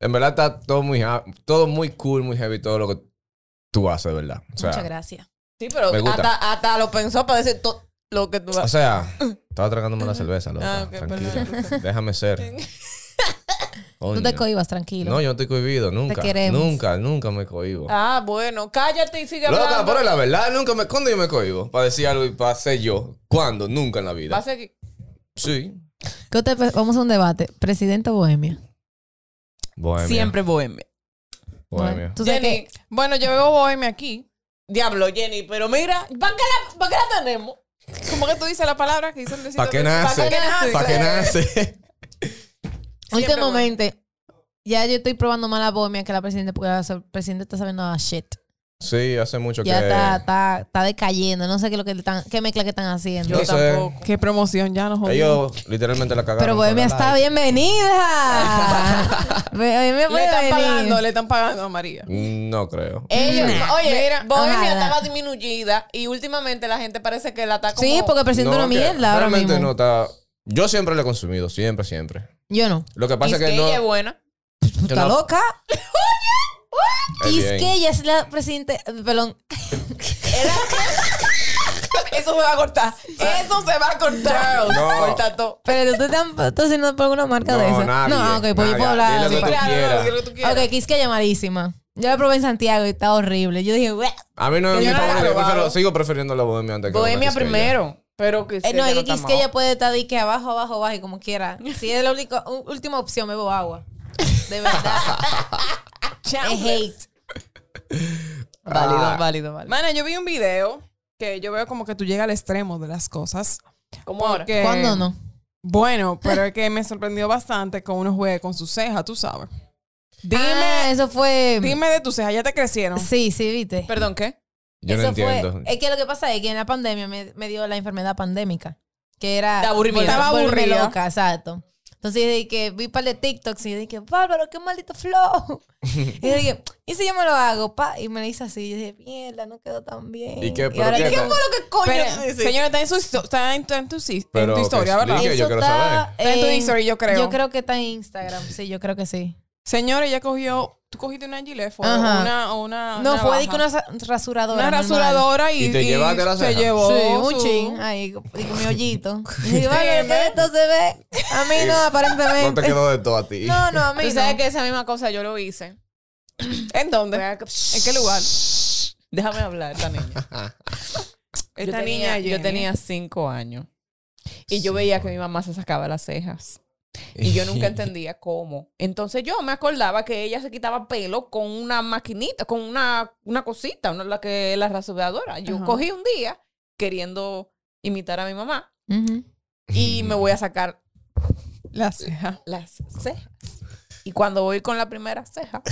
Speaker 1: En verdad está todo muy, ha- todo muy cool, muy heavy, todo lo que tú haces, ¿verdad? O sea,
Speaker 2: Muchas gracias.
Speaker 4: Sí, pero
Speaker 1: Me gusta.
Speaker 4: hasta, hasta lo pensó para decir todo lo que tú
Speaker 1: O sea, estaba tragándome la cerveza, loco.
Speaker 4: Ah, ok,
Speaker 1: Tranquila. Déjame ser.
Speaker 2: Tú
Speaker 1: Coño.
Speaker 2: te cohibas, tranquilo.
Speaker 1: No, yo no estoy cohibido, nunca.
Speaker 2: queremos.
Speaker 1: Nunca, nunca me cohibo.
Speaker 4: Ah, bueno, cállate y sigue
Speaker 1: Loca,
Speaker 4: hablando.
Speaker 1: pero la verdad, nunca me. ¿Cuándo yo me cohibo? Para decir algo y para ser yo. ¿Cuándo? Nunca en la
Speaker 4: Va a
Speaker 1: vida.
Speaker 4: seguir.
Speaker 1: Sí.
Speaker 2: ¿Qué usted pe- vamos a un debate. Presidente o Bohemia.
Speaker 1: Bohemia.
Speaker 4: Siempre bohemia.
Speaker 1: Bohemia.
Speaker 2: Tú sabes
Speaker 3: Jenny,
Speaker 2: que
Speaker 3: bueno, yo veo Bohemia aquí.
Speaker 4: Diablo, Jenny, pero mira, ¿para qué la, pa' qué la tenemos?
Speaker 3: ¿Cómo que tú dices la palabra que dice el
Speaker 1: ¿Para qué nace?
Speaker 3: ¿Para qué nace?
Speaker 1: ¿Para qué nace?
Speaker 2: últimamente ya yo estoy probando más la Bohemia que la presidente porque la so- presidente está sabiendo a shit.
Speaker 1: Sí, hace mucho
Speaker 2: Ya
Speaker 1: que.
Speaker 2: está, está, está decayendo. No sé qué es lo que le están, qué mezcla que están haciendo.
Speaker 1: No
Speaker 4: Yo
Speaker 1: sé.
Speaker 4: tampoco.
Speaker 3: Qué promoción, ya no jodimos.
Speaker 1: Ellos literalmente la cagaron.
Speaker 2: Pero
Speaker 1: con
Speaker 2: Bohemia
Speaker 1: la
Speaker 2: está
Speaker 1: live.
Speaker 2: bienvenida. Bohemia
Speaker 3: Le
Speaker 2: puede
Speaker 3: están pagando,
Speaker 2: venir.
Speaker 3: le están pagando a María.
Speaker 1: No creo.
Speaker 4: Ellos,
Speaker 2: Nah.
Speaker 4: oye,
Speaker 3: Mira,
Speaker 4: Bohemia
Speaker 2: ojalá.
Speaker 4: estaba disminuida y últimadamente la gente parece que la está como...
Speaker 2: Sí, porque el presidente
Speaker 1: No,
Speaker 2: es una
Speaker 1: que
Speaker 2: mierda ahora
Speaker 1: Realmente
Speaker 2: mismo.
Speaker 1: no está. Yo siempre lo he consumido, siempre, siempre.
Speaker 2: Yo no.
Speaker 1: Lo que pasa es que no.
Speaker 3: ella es buena.
Speaker 1: yo
Speaker 2: ¿Está
Speaker 1: no-
Speaker 2: loca?
Speaker 1: Es
Speaker 2: Y
Speaker 1: bien.
Speaker 2: es que ella es la presidente. Perdón.
Speaker 3: Eso se va a cortar. Eso se va a cortar.
Speaker 1: No.
Speaker 3: Corta todo.
Speaker 2: Pero tú te están patrocinando por alguna marca de
Speaker 1: No,
Speaker 2: esa.
Speaker 1: nadie,
Speaker 2: no, ok, pues yo puedo
Speaker 1: nadie.
Speaker 2: hablar.
Speaker 1: Dile lo que tú
Speaker 3: lo
Speaker 1: quieras.
Speaker 3: que tú quieras.
Speaker 2: Ok, Quisqueya malísima. Yo la probé en Santiago y está horrible. Yo dije, "Bueh".
Speaker 1: A mí no es
Speaker 3: Yo
Speaker 1: mi
Speaker 3: no la he
Speaker 1: favorito. Yo
Speaker 3: probado.
Speaker 1: prefiero- sigo prefiriendo la bohemia antes que la
Speaker 4: Bohemia
Speaker 1: Quisqueya.
Speaker 4: primero. Pero que
Speaker 2: Eh, no, es que
Speaker 4: está
Speaker 2: Quisqueya puede estar de que abajo, abajo, abajo y como quiera. Si es la única, u- última opción, bebo agua. De verdad. es hate.
Speaker 4: mala.
Speaker 1: Ah.
Speaker 4: Válido, válido, válido.
Speaker 3: Mana, yo vi un video que yo veo como que tú llegas al extremo de las cosas.
Speaker 4: Como ahora.
Speaker 3: Porque-
Speaker 2: ¿Cuándo no?
Speaker 3: Bueno, pero es que me sorprendió bastante que uno juegue con sus cejas, tú sabes. Dime,
Speaker 2: Ah, eso fue.
Speaker 3: dime de tus cejas, ya te crecieron.
Speaker 2: Sí, sí, viste.
Speaker 3: Perdón, ¿qué?
Speaker 1: Yo no
Speaker 2: Eso fue-
Speaker 1: entiendo.
Speaker 2: es que lo que pasa es que en la pandemia me, me dio la enfermedad pandémica. Que era.
Speaker 4: De aburrimiento.
Speaker 2: Estaba
Speaker 3: Estaba aburrida.
Speaker 2: loca, exacto. Entonces dije que vi un par de TikToks y dije, Bárbaro, qué maldito flow. y dije, ¿y si yo me lo hago? Pa? Y me lo hice así. Y dije, mierda, no quedó tan bien.
Speaker 1: ¿Y qué? ¿Pero
Speaker 2: ahora
Speaker 1: qué
Speaker 2: yo-
Speaker 1: tal?
Speaker 3: lo que coño?
Speaker 4: Pero-
Speaker 3: Señora, está en, su, histo- está en, tu- en tu, si- en tu
Speaker 1: Pero pues, que
Speaker 3: historia, ¿verdad?
Speaker 1: explique. Ah, Yo quiero saber.
Speaker 3: Está en tu Instagram, yo creo.
Speaker 2: Yo creo que está en Instagram. Sí, yo creo que sí.
Speaker 3: Señora, ella cogió, tú cogiste una gilet, fue
Speaker 2: Ajá.
Speaker 3: una, una
Speaker 2: No, fue de que
Speaker 3: navaja.
Speaker 2: una sa- rasuradora.
Speaker 3: Una
Speaker 2: normal.
Speaker 3: rasuradora y,
Speaker 1: ¿Y te llevaste la
Speaker 3: se
Speaker 1: ceja?
Speaker 3: llevó
Speaker 2: Sí, un
Speaker 3: su-
Speaker 2: chin. Ahí, digo, mi hoyito. Y digo,
Speaker 3: Dime.
Speaker 2: "Vale, ¿qué esto se ve? A mí no,
Speaker 1: No te
Speaker 2: aparentemente.
Speaker 1: quedó de todo a ti.
Speaker 2: No, no, a mí
Speaker 5: Tú
Speaker 2: no.
Speaker 5: sabes que esa misma cosa yo lo hice.
Speaker 3: ¿En dónde?
Speaker 5: ¿En
Speaker 3: ¿En qué lugar?
Speaker 4: Déjame hablar, esta niña.
Speaker 3: Esta
Speaker 4: yo
Speaker 3: niña
Speaker 4: tenía,
Speaker 3: Jenny.
Speaker 4: Yo tenía cinco años. Y yo veía que mi mamá se sacaba las cejas. Y yo nunca entendía cómo. Entonces yo me acordaba que ella se quitaba pelo con una maquinita, con una, una cosita, una, la que la rasuradora. Yo
Speaker 3: Ajá.
Speaker 4: cogí un día queriendo imitar a mi mamá
Speaker 2: Ujú.
Speaker 4: y me voy a sacar
Speaker 3: la ceja.
Speaker 4: las cejas. Y cuando voy con la primera ceja,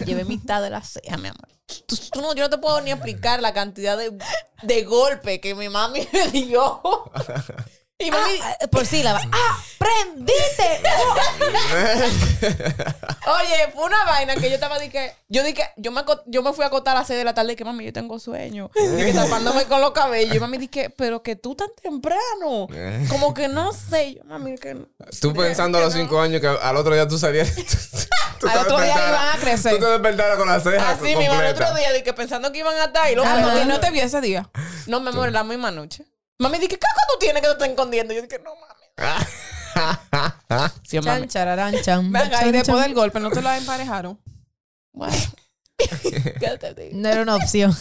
Speaker 4: me llevé mitad de la ceja, mi amor. Tú- tú no- yo no te puedo ni explicar la cantidad de, de golpe que mi mami me dio. Y mami,
Speaker 2: Ah, ah, por sílaba. ¡Ah! ¡Prendiste!
Speaker 4: oye, fue una vaina que yo estaba dije, yo dije, yo me, aco- yo me fui a acostar a las 6 de la tarde y que mami, yo tengo sueño. Dije, tapándome con los cabellos. Y mami dije, pero que tú tan temprano. Como que no sé, yo mami que no.
Speaker 1: Tú pensando a los cinco años que al otro día tú salías. tú te
Speaker 3: Al otro día
Speaker 1: despertaras-
Speaker 3: iban a crecer.
Speaker 1: Tú te despertaras con las cejas.
Speaker 4: Así mi
Speaker 1: Ah, completa.
Speaker 4: mamá el otro día dije pensando que iban a estar y los
Speaker 3: Ah,
Speaker 4: pelos.
Speaker 3: ¿y no te vio ese día.
Speaker 4: No, mi amor, la misma noche. Mami dije, ¿qué cosa tú tienes que te estás escondiendo? Y yo dije, no mami. Sí,
Speaker 2: Ah, Chan, chararán, chan.
Speaker 3: Venga, y
Speaker 2: Chan,
Speaker 3: después
Speaker 2: chan.
Speaker 3: del golpe, ¿no te la emparejaron?
Speaker 4: Bueno. ¿Qué te digo?
Speaker 2: No era una opción.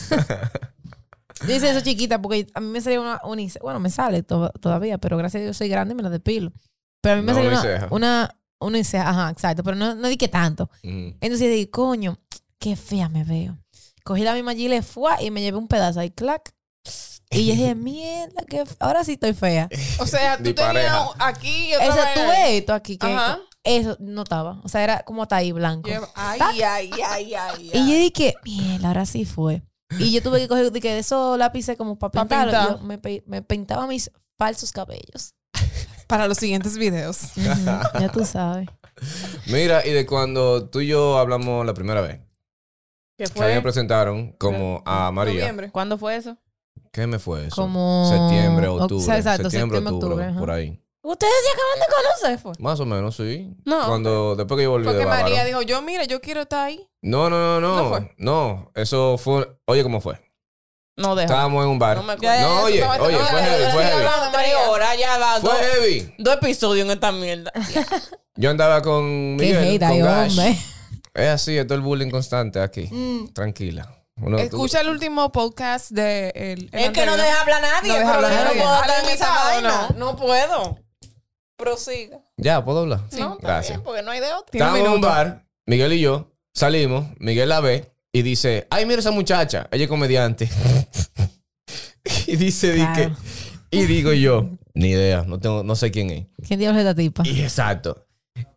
Speaker 2: Yo hice eso chiquita porque a mí me salió una unice- Bueno, me sale to- todavía, pero gracias a Dios soy grande y me la despilo. Pero a mí me
Speaker 1: No,
Speaker 2: salió
Speaker 1: uniceja.
Speaker 2: una, una uniceja, Ajá, exacto. Pero no, no di que tanto.
Speaker 1: Mm.
Speaker 2: Entonces dije, coño, qué fea me veo. Cogí la misma gilet fue y me llevé un pedazo ahí, clac. Y yo dije, mierda, que ahora sí estoy fea.
Speaker 3: O sea,
Speaker 1: Ni
Speaker 3: tú
Speaker 1: pareja.
Speaker 3: tenías un- aquí y otra
Speaker 2: Eso,
Speaker 3: vaina
Speaker 2: tú
Speaker 3: ahí.
Speaker 2: ves esto aquí, que
Speaker 3: Ajá.
Speaker 2: eso no estaba. O sea, era como hasta ahí blanco.
Speaker 3: Lleva- Ay, ay, ay, ay.
Speaker 2: Y yo dije, mierda, ahora sí fue. Y yo tuve que coger dije, de esos lápices como para
Speaker 3: Pa'
Speaker 2: pintar.
Speaker 3: pintar.
Speaker 2: me, pe- me pintaba mis falsos cabellos.
Speaker 3: Para los siguientes videos.
Speaker 2: Ujú, ya tú sabes.
Speaker 1: Mira, y de cuando tú y yo hablamos la primera vez.
Speaker 4: ¿Qué
Speaker 1: Que a mí me presentaron como a María.
Speaker 3: Noviembre.
Speaker 4: ¿Cuándo fue eso?
Speaker 1: ¿Qué me fue eso?
Speaker 2: Como-
Speaker 1: Septiembre,
Speaker 2: o-
Speaker 1: octubre.
Speaker 2: exacto,
Speaker 1: septiembre,
Speaker 2: septiembre,
Speaker 1: octubre,
Speaker 2: octubre, ajá.
Speaker 1: por ahí.
Speaker 2: Ustedes se acaban de conocer, fue.
Speaker 1: Más o menos, sí.
Speaker 4: No.
Speaker 1: Cuando, después que yo volví de
Speaker 3: Porque
Speaker 1: Bávaro.
Speaker 3: María dijo, yo, mira, yo quiero estar ahí.
Speaker 1: No, no, no,
Speaker 3: ¿No
Speaker 1: no.
Speaker 3: fue?
Speaker 1: No, eso fue. Oye, ¿cómo fue?
Speaker 4: No, deja.
Speaker 1: Estábamos en un bar.
Speaker 4: No me acuerdo.
Speaker 3: Ya, ya, ya,
Speaker 1: No, oye,
Speaker 3: eso estaba-
Speaker 1: oye,
Speaker 3: no,
Speaker 1: fue
Speaker 3: ya, ya,
Speaker 1: heavy,
Speaker 3: ya,
Speaker 1: fue
Speaker 3: ya,
Speaker 1: heavy.
Speaker 3: ya,
Speaker 4: Hablando tres horas, ya va.
Speaker 1: Fue
Speaker 4: Dos,
Speaker 1: heavy.
Speaker 4: dos episodios en esta mierda.
Speaker 1: Yo andaba con
Speaker 2: Qué
Speaker 1: Miguel,
Speaker 2: hate,
Speaker 1: con
Speaker 2: ay,
Speaker 1: Gash.
Speaker 2: hombre.
Speaker 1: Es así, es todo el bullying constante aquí. Tranquila. Uno, tú-
Speaker 3: Escucha el último podcast de el, el
Speaker 4: Es que no
Speaker 3: anterior.
Speaker 4: deja hablar a nadie.
Speaker 3: No deja
Speaker 4: pero
Speaker 3: hablar a
Speaker 4: yo no
Speaker 3: nadie.
Speaker 4: puedo estar en
Speaker 3: ¿Alguien
Speaker 4: esa
Speaker 3: invitado,
Speaker 4: vaina.
Speaker 3: no?
Speaker 4: No, puedo. Prosiga.
Speaker 1: Ya, ¿puedo hablar?
Speaker 4: no, está
Speaker 1: Gracias.
Speaker 4: bien, porque no hay de otra.
Speaker 3: Tiene un
Speaker 1: Estábamos en un
Speaker 3: minuto.
Speaker 1: bar, Miguel y yo, salimos, Miguel la ve y dice, ay, mira esa muchacha, ella es comediante. y dice, di que-
Speaker 2: Claro.
Speaker 1: y digo yo, ni idea, no, tengo, no sé quién es.
Speaker 2: ¿Quién diablos es esta tipa?
Speaker 1: Y exacto.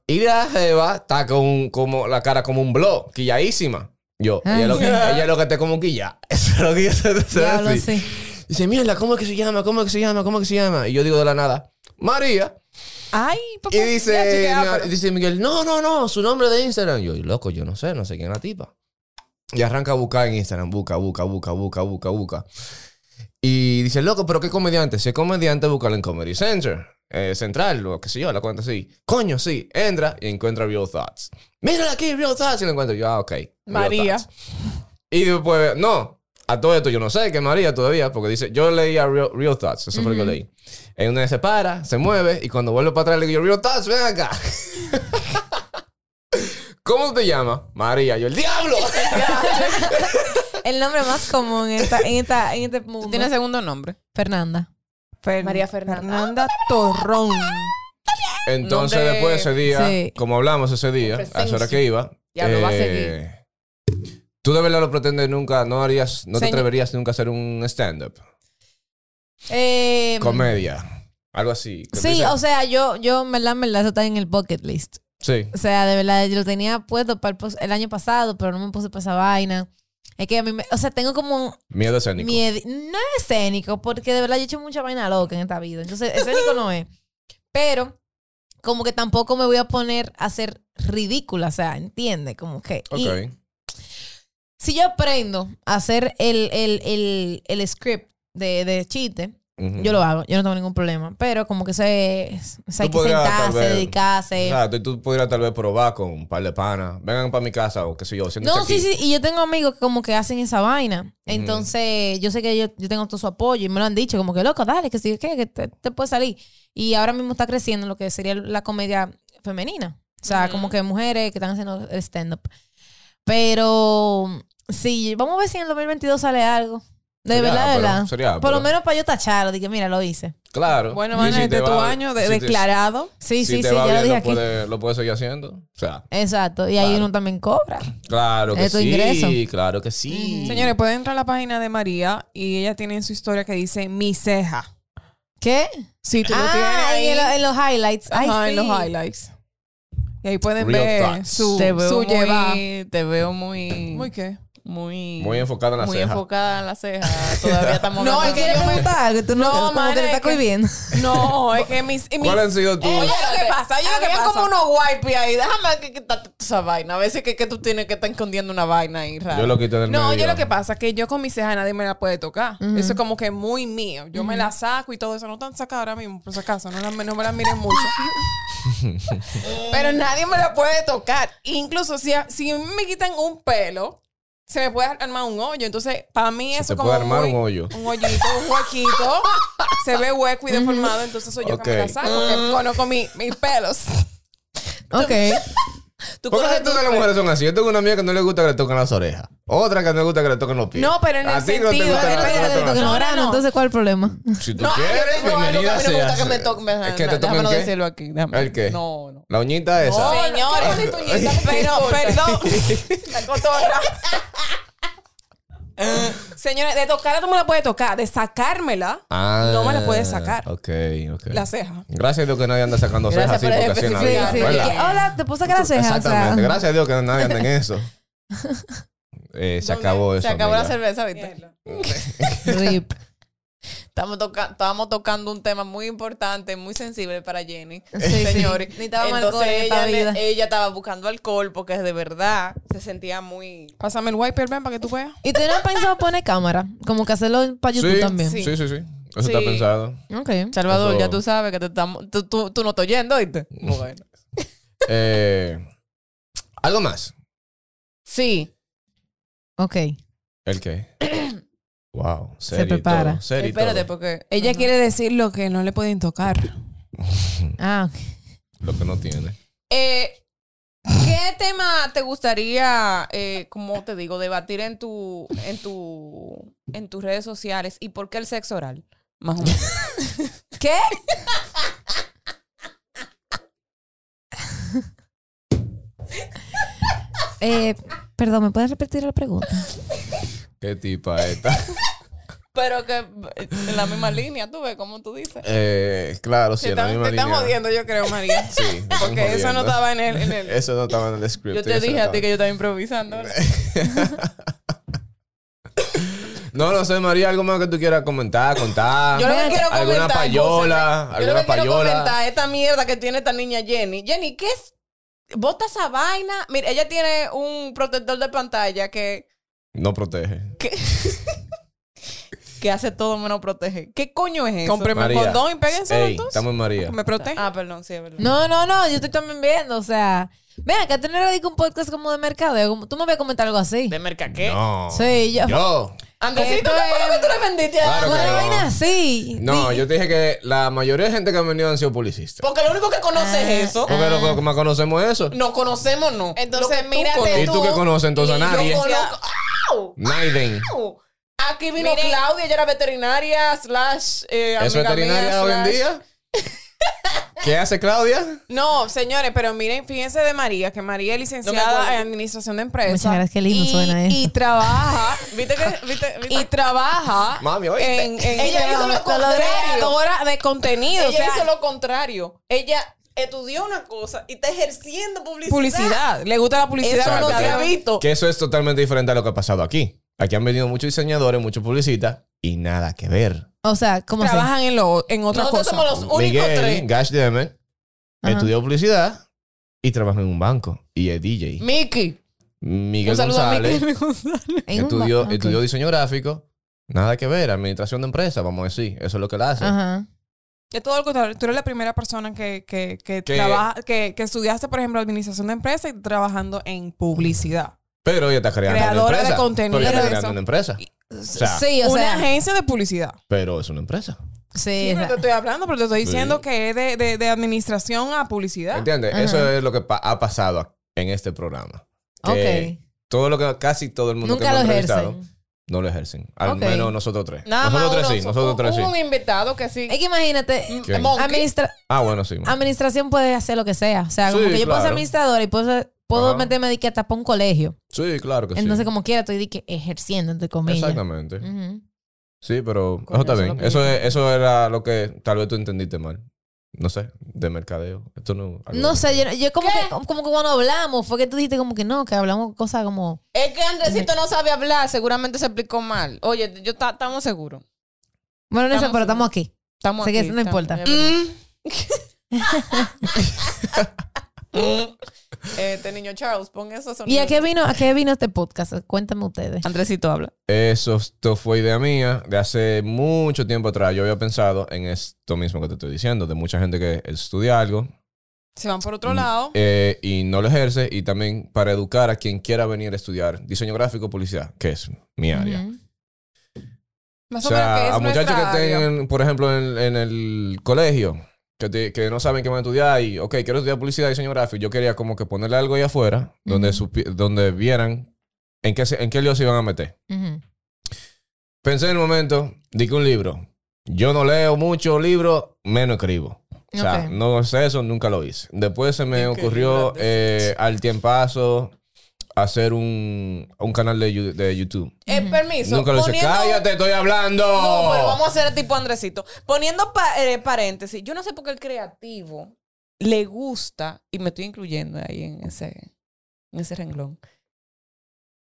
Speaker 1: Y la jeva está con como la cara como un blog, quilladísima. Yo, ella
Speaker 2: Ay,
Speaker 1: es lo que,
Speaker 2: sí.
Speaker 1: ella es lo que está como quilla. Eso es lo que yo sé sé
Speaker 2: Diablo,
Speaker 1: decir.
Speaker 2: sí.
Speaker 1: Dice, mierda, ¿cómo es que se llama? ¿Cómo es que se llama? ¿Cómo es que se llama? Y yo digo de la nada, María.
Speaker 3: Ay, papá.
Speaker 1: Y
Speaker 3: ya
Speaker 1: dice,
Speaker 3: llegué, ah,
Speaker 1: na-
Speaker 3: pero-
Speaker 1: dice Miguel, no, no, no, su nombre de Instagram. Yo, "Y loco, yo no sé, no sé quién es la tipa. Y arranca a buscar en Instagram, busca, busca, busca, busca, busca, busca. Y dice, loco, pero qué comediante. Si es comediante, búscalo en Comedy Center. eh, central o qué sé yo, la cuenta así. Coño, sí, entra y encuentra Real Thoughts. Mírala aquí, Real Thoughts. Y la encuentro yo, ah, ok. Real
Speaker 4: María.
Speaker 1: Thoughts. Y después, no, a todo esto yo no sé que es María todavía, porque dice, yo leía Real, Real Thoughts, eso fue lo que leí. En una se para, se mueve y cuando vuelve para atrás le digo, Real Thoughts, ven acá. ¿Cómo te llamas? María. Yo, el diablo.
Speaker 2: El nombre más común en, esta, en, esta, en este mundo.
Speaker 5: ¿Tú tienes segundo nombre?
Speaker 2: Fernanda.
Speaker 4: María Fernanda.
Speaker 2: Torrón.
Speaker 1: Entonces,
Speaker 3: Nombre-
Speaker 1: después de ese día,
Speaker 2: Sí. Pues,
Speaker 1: como hablamos ese día, a esa hora que iba.
Speaker 4: Ya lo va a
Speaker 1: seguir. Tú de verdad lo pretendes nunca, no harías, no te
Speaker 2: Señor-
Speaker 1: atreverías nunca a hacer un stand-up.
Speaker 2: Eh,
Speaker 1: Comedia. Algo así. que
Speaker 2: sí,
Speaker 1: dice-
Speaker 2: o sea, yo, yo en verdad, en verdad, eso está en el bucket list.
Speaker 1: Sí.
Speaker 2: O sea, de verdad, yo lo tenía puesto para el, pos- el año pasado, pero no me puse para esa vaina. Es que a mí, me- o sea, tengo como un
Speaker 1: Miedo escénico.
Speaker 2: miedo. No es escénico, porque de verdad yo he hecho mucha vaina loca en esta vida. Entonces, escénico no es. Pero, como que tampoco me voy a poner a ser ridícula. O sea, entiende, como que.
Speaker 1: Ok.
Speaker 2: y si yo aprendo a hacer el, el, el, el script de, de chiste,
Speaker 1: Ujú.
Speaker 2: yo lo hago. Yo no tengo ningún problema. Pero, como que se. se hay
Speaker 1: Tú
Speaker 2: que
Speaker 1: podrías, tal
Speaker 2: sentarse,
Speaker 1: vez.
Speaker 2: dedicarse.
Speaker 1: Exacto, y tú pudieras tal vez probar con un par de panas. Vengan para mi casa o qué sé yo. siéntense
Speaker 2: No, sí,
Speaker 1: aquí.
Speaker 2: sí, y yo tengo amigos que como que hacen esa vaina. Entonces, yo sé que yo, yo tengo todo su apoyo y me lo han dicho, como que loco, dale, que sí, que, que te, te puede salir. Y ahora mismo está creciendo lo que sería la comedia femenina. O sea, como que mujeres que están haciendo stand-up. Pero, sí, vamos a ver si en el 2022 sale algo. De
Speaker 1: Sería, ah,
Speaker 2: verdad, de
Speaker 1: pero-
Speaker 2: verdad.
Speaker 1: sería,
Speaker 2: Por
Speaker 1: pero-
Speaker 2: lo menos para yo tacharlo, dije, mira, lo hice.
Speaker 1: Claro.
Speaker 5: Bueno,
Speaker 1: Y
Speaker 5: van
Speaker 1: si
Speaker 5: desde
Speaker 1: te
Speaker 5: tu
Speaker 1: va-
Speaker 5: año de-
Speaker 1: si te-
Speaker 5: declarado.
Speaker 2: Sí,
Speaker 1: si
Speaker 2: sí,
Speaker 1: te
Speaker 2: sí,
Speaker 1: va
Speaker 2: ya lo
Speaker 1: bien,
Speaker 2: dije
Speaker 1: lo
Speaker 2: aquí.
Speaker 1: puedes- lo puedes seguir haciendo. O sea,
Speaker 2: Exacto, y ahí
Speaker 1: Claro.
Speaker 2: uno también cobra.
Speaker 1: claro que
Speaker 2: Es tu
Speaker 1: sí.
Speaker 2: ingreso.
Speaker 1: Claro que sí.
Speaker 5: Señores, pues, pueden entrar a la página de María y ella tiene en su historia que dice mi ceja.
Speaker 2: ¿Qué?
Speaker 5: Sí, tú lo tienes
Speaker 2: Ah, ahí
Speaker 5: ahí.
Speaker 2: en, lo- en los highlights. Ay,
Speaker 5: Ajá,
Speaker 2: sí.
Speaker 5: en los highlights. Y ahí pueden
Speaker 1: Real
Speaker 5: ver
Speaker 1: thoughts.
Speaker 5: su,
Speaker 4: Te veo
Speaker 5: su
Speaker 4: muy,
Speaker 5: lleva.
Speaker 4: te veo muy,
Speaker 5: ¿Muy qué?
Speaker 4: muy,
Speaker 1: Muy enfocada en la
Speaker 4: muy
Speaker 1: ceja.
Speaker 4: enfocada en la ceja. Todavía estamos
Speaker 5: No,
Speaker 4: hablando
Speaker 5: es que
Speaker 4: de-
Speaker 5: yo me-
Speaker 2: preguntar algo, tú no,
Speaker 5: No,
Speaker 2: como
Speaker 5: madre,
Speaker 2: que te está
Speaker 5: es que-
Speaker 2: cohibiendo.
Speaker 5: No, es que mis... mis-
Speaker 1: ¿Cuáles han sido tus...?
Speaker 5: Eh,
Speaker 4: Oye, lo que pasa, oye, lo que
Speaker 5: Había
Speaker 4: pasa.
Speaker 5: como
Speaker 4: unos wipes ahí. Déjame que quitarte esa vaina. A veces que, tú tienes que estar escondiendo una vaina ahí
Speaker 1: Yo lo quité del
Speaker 5: No,
Speaker 1: medio.
Speaker 5: yo lo que pasa es que yo con mi ceja nadie me la puede tocar. Eso es como que muy mío. Yo me la saco y todo eso. No tan sacada ahora mismo, por si acaso. No, la- no me la miren mucho. Pero nadie me la puede tocar. Incluso si, a- si me quitan un pelo, se me puede armar un hoyo. Entonces, para mí eso
Speaker 1: te
Speaker 5: como
Speaker 1: puede armar
Speaker 5: muy-
Speaker 1: un hoyo.
Speaker 5: Un hoyito, un huequito. se ve hueco y deformado. Entonces soy yo que me la
Speaker 1: Ok.
Speaker 5: saco. Que conozco mi- mis pelos.
Speaker 2: Ok.
Speaker 5: Tú
Speaker 1: ¿Por qué
Speaker 5: conoces
Speaker 1: las
Speaker 5: tus
Speaker 1: de las mujeres son así? Yo tengo una amiga que no le gusta que le toquen las orejas. Otra que no le gusta que le toquen los pies.
Speaker 5: No, pero en
Speaker 1: A
Speaker 5: el
Speaker 1: ti no te
Speaker 5: sentido-
Speaker 1: gusta que
Speaker 5: pero
Speaker 1: te
Speaker 5: espérate,
Speaker 1: toquen las
Speaker 5: espérate,
Speaker 1: orejas.
Speaker 5: no, no.
Speaker 2: entonces ¿cuál es el problema?
Speaker 1: Si tú
Speaker 4: No, yo
Speaker 1: quieres,
Speaker 4: tengo algo
Speaker 1: bienvenida
Speaker 4: que a mí no me gusta
Speaker 1: seas.
Speaker 4: que me toquen.
Speaker 1: Es que te
Speaker 4: Déjame
Speaker 1: toquen
Speaker 4: no
Speaker 1: qué?
Speaker 4: decirlo aquí. déjame.
Speaker 1: ¿El qué?
Speaker 4: No, no.
Speaker 1: La uñita esa.
Speaker 4: No,
Speaker 5: Señores,
Speaker 4: ¿qué coño es tu
Speaker 5: pero
Speaker 4: ñeta?
Speaker 5: perdón. La cotorra. Señores, de tocarla tú me la puedes tocar, de sacármela
Speaker 1: Ah,
Speaker 5: no me la puedes sacar.
Speaker 1: Ok, ok.
Speaker 5: la ceja.
Speaker 1: Gracias a Dios que nadie anda sacando cejas así
Speaker 4: Gracias por
Speaker 1: porque así en la
Speaker 2: Sí,
Speaker 1: vida.
Speaker 2: sí.
Speaker 1: ¿verdad?
Speaker 2: que, Hola, te puedo sacar la ceja. O sea,
Speaker 1: Exactamente. Gracias a Dios que nadie anda en eso. Eh, se acabó eso.
Speaker 4: Se acabó la
Speaker 1: amiga.
Speaker 4: cerveza, ¿viste?
Speaker 2: Rip.
Speaker 4: Estamos, toca- estábamos tocando un tema muy importante, muy sensible para Jenny.
Speaker 2: Sí,
Speaker 4: señores.
Speaker 2: sí. Necesitábamos
Speaker 4: Entonces
Speaker 2: alcohol en esta
Speaker 4: ella, ne-
Speaker 2: vida.
Speaker 4: ella estaba buscando alcohol porque de verdad se sentía muy...
Speaker 5: Pásame el wiper, ven, para que tú veas.
Speaker 2: ¿Y tú no has pensado poner cámara? Como que hacerlo para YouTube
Speaker 1: Sí,
Speaker 2: también.
Speaker 1: sí, sí, sí. Eso está
Speaker 4: Sí.
Speaker 1: pensado.
Speaker 2: Ok.
Speaker 4: Salvador,
Speaker 1: Eso-
Speaker 4: ya tú sabes que te estamos... Tú, tú, tú no estás oyendo, ¿viste? Bueno.
Speaker 1: Eh, algo más.
Speaker 4: Sí.
Speaker 2: Ok.
Speaker 1: ¿El qué? wow.
Speaker 2: Se prepara.
Speaker 4: Espérate, porque...
Speaker 5: Ella quiere decir lo que no le pueden tocar.
Speaker 2: Ah,
Speaker 1: Lo que no tiene.
Speaker 4: Eh, ¿Qué tema te gustaría, eh, como te digo, debatir en tu, en tu, en tus redes sociales y por qué el sexo oral? Más o menos.
Speaker 2: ¿Qué? eh, perdón, ¿me puedes repetir la pregunta?
Speaker 1: ¿Qué tipa esta?
Speaker 4: Pero que eh, en la misma línea, tú ves, como tú dices.
Speaker 1: Eh, claro, sí,
Speaker 5: te
Speaker 1: en la
Speaker 5: están,
Speaker 1: misma
Speaker 5: te están
Speaker 1: línea.
Speaker 5: jodiendo, yo creo, María.
Speaker 1: Sí, me están
Speaker 5: Porque eso
Speaker 1: jodiendo.
Speaker 5: no estaba en el. en el-
Speaker 1: Eso no estaba en el script.
Speaker 4: Yo
Speaker 1: eso
Speaker 4: te dije
Speaker 1: no
Speaker 4: a ti
Speaker 1: estaba-
Speaker 4: que yo estaba improvisando. ahora.
Speaker 1: No, no sé, María, algo más que tú quieras comentar, contar.
Speaker 4: Yo lo que quiero
Speaker 1: alguna payola,
Speaker 4: comentar, José, yo lo
Speaker 1: alguna
Speaker 4: que quiero
Speaker 1: payola.
Speaker 4: comentar es esta mierda que tiene esta niña Jenny. Jenny, ¿qué es? Bota esa vaina. Mira, ella tiene este- un protector de pantalla que
Speaker 1: No protege.
Speaker 4: que hace todo menos proteger. ¿Qué coño es eso?
Speaker 5: Cómpreme un
Speaker 1: María.
Speaker 5: condón y péguenselo
Speaker 1: Ey,
Speaker 5: entonces.
Speaker 1: estamos en María.
Speaker 5: Me protege.
Speaker 4: Ah, perdón, sí, es verdad.
Speaker 2: No, no, no, yo estoy también viendo, o sea. Mira, que tener ahí un podcast como de mercadeo. como- Tú me vas a comentar algo así.
Speaker 4: ¿De merca qué?
Speaker 1: No.
Speaker 2: Sí, yo.
Speaker 1: Yo.
Speaker 4: Andresito, ¿qué fue lo que tú le vendiste? a-
Speaker 1: Claro que
Speaker 2: Una
Speaker 1: no.
Speaker 2: vaina así.
Speaker 1: No,
Speaker 2: Di-
Speaker 1: yo te dije que la mayoría de gente que ha venido han sido publicistas.
Speaker 4: Porque lo único que conoces
Speaker 5: Ah.
Speaker 4: es eso.
Speaker 2: Ah.
Speaker 1: Porque lo que más conocemos es eso.
Speaker 4: No conocemos, no.
Speaker 3: Entonces,
Speaker 4: Lo que tú
Speaker 3: mírate
Speaker 1: ¿Y tú qué conoces entonces a
Speaker 4: Y yo
Speaker 1: nadie?
Speaker 4: conozco- ¡Au!
Speaker 1: Naiden.
Speaker 4: ¡Au! Aquí vino
Speaker 3: Miren.
Speaker 4: Claudia, ella era veterinaria, slash. eh,
Speaker 1: ¿Es
Speaker 4: amiga
Speaker 1: veterinaria
Speaker 4: mía,
Speaker 1: hoy en
Speaker 4: slash-
Speaker 1: día? ¿Qué hace Claudia?
Speaker 5: No, señores, pero miren, fíjense de María, que María es licenciada
Speaker 4: acuerdo.
Speaker 5: en administración de empresas.
Speaker 2: Muchas gracias, qué lindo
Speaker 5: y,
Speaker 2: suena eh. eso.
Speaker 5: Y trabaja, viste que, viste, viste- y trabaja
Speaker 1: Mami, oíste.
Speaker 5: en, en
Speaker 4: Ella hizo lo contrario.
Speaker 5: creadora de contenido,
Speaker 4: Ella
Speaker 5: o sea,
Speaker 4: hizo lo contrario. Ella estudió una cosa y está ejerciendo publicidad.
Speaker 5: publicidad. Le gusta la publicidad.
Speaker 4: Eso no
Speaker 5: ¿verdad?
Speaker 4: te había visto.
Speaker 1: Que eso es totalmente diferente a lo que ha pasado aquí. Aquí han venido muchos diseñadores, muchos publicistas y nada que ver.
Speaker 2: O sea, ¿cómo así?
Speaker 5: Trabajan en, lo, en otra
Speaker 4: Nosotros
Speaker 5: cosa.
Speaker 4: somos los únicos
Speaker 1: Miguel
Speaker 4: tres.
Speaker 1: Gash Demen
Speaker 2: Ajá.
Speaker 1: estudió publicidad y trabajó en un banco y es DJ.
Speaker 4: Miki.
Speaker 1: Miguel
Speaker 4: Un saludo a
Speaker 1: González
Speaker 4: Miki.
Speaker 2: En un
Speaker 1: estudió,
Speaker 2: ba- ok.
Speaker 1: estudió diseño gráfico. Nada que ver, administración de empresa, vamos a decir. Eso es lo que la hace.
Speaker 2: Ajá.
Speaker 5: De todo el contrario, tú eres la primera persona que, que, que,
Speaker 1: Que-
Speaker 5: trabaja, que, que estudiaste, por ejemplo, administración de empresas y trabajando en publicidad.
Speaker 1: Pero ella está creando
Speaker 5: Creadora
Speaker 1: una
Speaker 5: de
Speaker 1: empresa.
Speaker 5: contenido,
Speaker 1: Pero ella está
Speaker 5: eso.
Speaker 1: creando una empresa. O sea,
Speaker 2: sí, o
Speaker 5: Una
Speaker 2: sea.
Speaker 5: agencia de publicidad.
Speaker 1: Pero es una empresa.
Speaker 2: Sí,
Speaker 5: Sí, pero
Speaker 2: esa-
Speaker 5: te estoy hablando, pero te estoy diciendo
Speaker 1: Sí. Eh,
Speaker 5: que es de, de- de administración a
Speaker 4: Ah.
Speaker 5: publicidad.
Speaker 1: ¿Entiendes?
Speaker 2: Ajá.
Speaker 1: Eso es lo que pa- ha pasado a- en este programa. Que
Speaker 2: ok.
Speaker 1: Todo lo que casi todo el mundo
Speaker 2: Nunca
Speaker 1: que
Speaker 2: lo
Speaker 1: hemos entrevistado
Speaker 2: ejercen.
Speaker 1: no lo ejercen. Al
Speaker 2: Ok.
Speaker 1: menos nosotros tres.
Speaker 4: Nada
Speaker 1: nosotros
Speaker 4: más
Speaker 1: tres
Speaker 4: uno-
Speaker 1: sí, nosotros tres sí.
Speaker 4: hubo un invitado que sí.
Speaker 2: Es que imagínate,
Speaker 1: ¿Quién?
Speaker 2: administra-
Speaker 1: Ah, bueno, sí. man.
Speaker 2: administración puede hacer lo que sea. O sea, como
Speaker 1: Sí,
Speaker 2: que yo puedo ser
Speaker 1: claro.
Speaker 2: administradora y puedo, ser- puedo
Speaker 1: Ajá.
Speaker 2: meterme de que hasta para un colegio.
Speaker 1: Sí, claro que
Speaker 2: Entonces,
Speaker 1: sí.
Speaker 2: como quiera, estoy de que ejerciendo, entre comillas.
Speaker 1: Exactamente.
Speaker 2: Ujú.
Speaker 1: Sí, pero
Speaker 4: Coño,
Speaker 1: eso está bien.
Speaker 4: Mm. eso es lo que
Speaker 1: Eso,
Speaker 4: yo-
Speaker 1: es- eso era lo que tal vez tú entendiste mal. No sé, de mercadeo. Esto no. algo-
Speaker 2: No sé, yo, yo como, que, como que cuando hablamos, fue que tú dijiste como que no, que hablamos cosas como...
Speaker 4: Es que Andresito no sabe hablar, seguramente se explicó mal. Oye, yo ta- estamos seguros.
Speaker 2: Bueno, no sé,
Speaker 4: Estamos-
Speaker 2: pero estamos aquí.
Speaker 4: Estamos
Speaker 2: Sé que
Speaker 4: aquí,
Speaker 2: eso no
Speaker 4: estamos- Mm.
Speaker 2: importa.
Speaker 4: es verdad.
Speaker 5: Este niño Charles, pon eso
Speaker 2: ¿Y a qué vino, a qué vino este podcast? Cuéntame ustedes.
Speaker 4: Andresito habla.
Speaker 1: Eso esto fue idea mía de hace mucho tiempo atrás. Yo había pensado en esto mismo que te estoy diciendo, de mucha gente que estudia algo
Speaker 5: Se van por otro lado.
Speaker 1: eh, y no lo ejerce. Y también para educar a quien quiera venir a estudiar diseño gráfico, publicidad, que es mi área.
Speaker 2: Ujú.
Speaker 5: Más
Speaker 1: O
Speaker 5: o menos que
Speaker 1: sea,
Speaker 5: es
Speaker 1: a muchachos que
Speaker 5: nuestra área.
Speaker 1: estén, por ejemplo, en, en el colegio, que, te- que no saben qué van a estudiar y, ok, quiero estudiar publicidad y diseño gráfico. Yo quería como que ponerle algo ahí afuera donde,
Speaker 2: Ujú.
Speaker 1: supi- donde vieran en qué, se- en qué lío se iban a meter.
Speaker 2: Ujú.
Speaker 1: Pensé en el momento, di que un libro. Yo no leo mucho libros, menos escribo. O sea,
Speaker 2: Ok.
Speaker 1: no sé eso, nunca lo hice. Después se me ocurrió eh, al tiempazo hacer un, un canal de, Yu- de YouTube.
Speaker 4: Eh, permiso.
Speaker 1: Nunca lo hice.
Speaker 4: poniendo-
Speaker 1: ¡Cállate, estoy hablando!
Speaker 4: No,
Speaker 1: Oh.
Speaker 4: pero vamos a hacer tipo Andresito. Poniendo pa- eh, paréntesis, yo no sé por qué el creativo le gusta, y me estoy incluyendo ahí en ese, en ese renglón,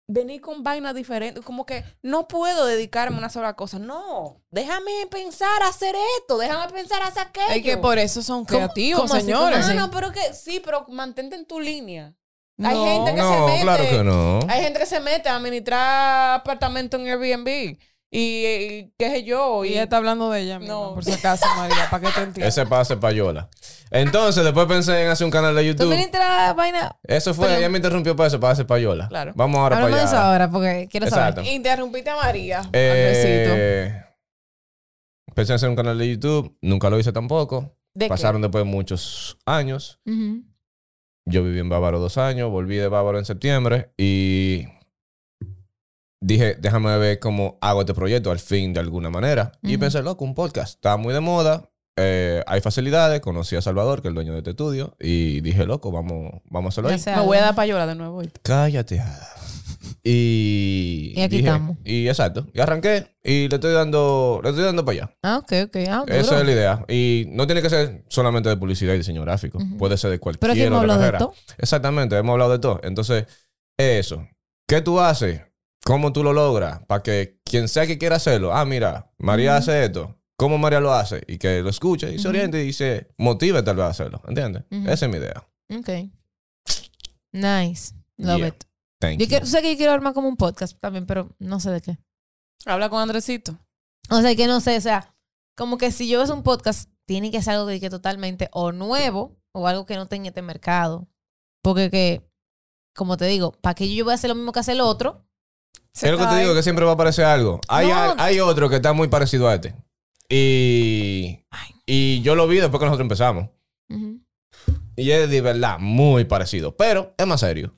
Speaker 4: venir con vainas diferentes. Como que no puedo dedicarme a una sola cosa. No, déjame pensar hacer esto, déjame pensar hacer aquello.
Speaker 5: Es que por eso son creativos,
Speaker 2: cómo así,
Speaker 5: señores.
Speaker 2: cómo
Speaker 4: No,
Speaker 2: así?
Speaker 4: no, pero que sí, pero mantente en tu línea.
Speaker 5: No.
Speaker 4: Hay gente que se
Speaker 1: Oh, No,
Speaker 4: mete.
Speaker 1: claro que no.
Speaker 4: Hay gente que se mete a administrar apartamento en Airbnb. Y, y qué sé yo.
Speaker 5: Y
Speaker 4: Y
Speaker 5: ella está hablando de ella, misma,
Speaker 4: No.
Speaker 5: por si acaso, María, para que te entiendas.
Speaker 1: Ese pase payola. Entonces, después pensé en hacer un canal de
Speaker 2: ¿Tú
Speaker 1: YouTube.
Speaker 2: viniste a la vaina?
Speaker 1: Eso fue, ella me interrumpió para ese pase payola.
Speaker 4: Claro.
Speaker 1: Vamos ahora
Speaker 2: Hablamos de eso
Speaker 1: para allá.
Speaker 2: ahora porque quiero
Speaker 1: Exacto.
Speaker 2: saber.
Speaker 5: Interrumpiste a María.
Speaker 1: Eh, pensé en hacer un canal de YouTube, nunca lo hice tampoco.
Speaker 4: ¿De qué?
Speaker 1: Pasaron después muchos años.
Speaker 2: Ujú.
Speaker 1: Yo viví en Bávaro dos años, volví de Bávaro en septiembre y dije, déjame ver cómo hago este proyecto al fin de alguna manera. Y
Speaker 2: Ujú.
Speaker 1: pensé, loco, un podcast, está muy de moda, eh, hay facilidades, conocí a Salvador, que es el dueño de este estudio, y dije, loco, vamos, vamos a hacerlo
Speaker 2: Ya
Speaker 1: ahí.
Speaker 2: sea
Speaker 4: Me voy a
Speaker 2: algo.
Speaker 4: dar payola de nuevo hoy.
Speaker 1: Cállate. Ada. Y,
Speaker 2: Y aquí
Speaker 1: dije-
Speaker 2: estamos.
Speaker 1: Y exacto, y arranqué y le estoy dando, le estoy dando para allá.
Speaker 2: Ah, ok, ok. Ah, duro.
Speaker 1: Esa es la idea. Y no tiene que ser solamente de publicidad y diseño gráfico,
Speaker 2: Ujú.
Speaker 1: puede ser de cualquier
Speaker 2: Pero aquí hemos
Speaker 1: otra
Speaker 2: hablado de
Speaker 1: carrera.
Speaker 2: esto.
Speaker 1: Exactamente, hemos hablado de todo. Entonces, es eso. ¿Qué tú haces? ¿Cómo tú lo logras? Para que quien sea que quiera hacerlo, ah, mira, María hace esto. ¿Cómo María lo hace? Y que lo escuche y se
Speaker 2: Ujú.
Speaker 1: oriente y se motive tal vez a hacerlo. ¿Entiendes?
Speaker 2: Ujú.
Speaker 1: Esa es mi idea.
Speaker 2: Ok. Nice. Love
Speaker 1: Yeah.
Speaker 2: it.
Speaker 1: Thank
Speaker 2: Yo
Speaker 1: you.
Speaker 2: quiero, tú sabes que yo quiero armar como un podcast también, pero no sé de qué.
Speaker 4: Habla con Andresito.
Speaker 2: O sea, que no sé, o sea, como que si yo es un podcast, tiene que ser algo que, que totalmente o nuevo o algo que no tenga este mercado. Porque que, como te digo, ¿para qué yo voy a hacer lo mismo que hace el otro?
Speaker 1: Es lo que te digo, que siempre va a aparecer algo. Hay,
Speaker 2: No.
Speaker 1: al- hay otro que está muy parecido a este. Y, y yo lo vi después que nosotros empezamos.
Speaker 2: Ujú.
Speaker 1: Y es de verdad muy parecido. Pero es más serio.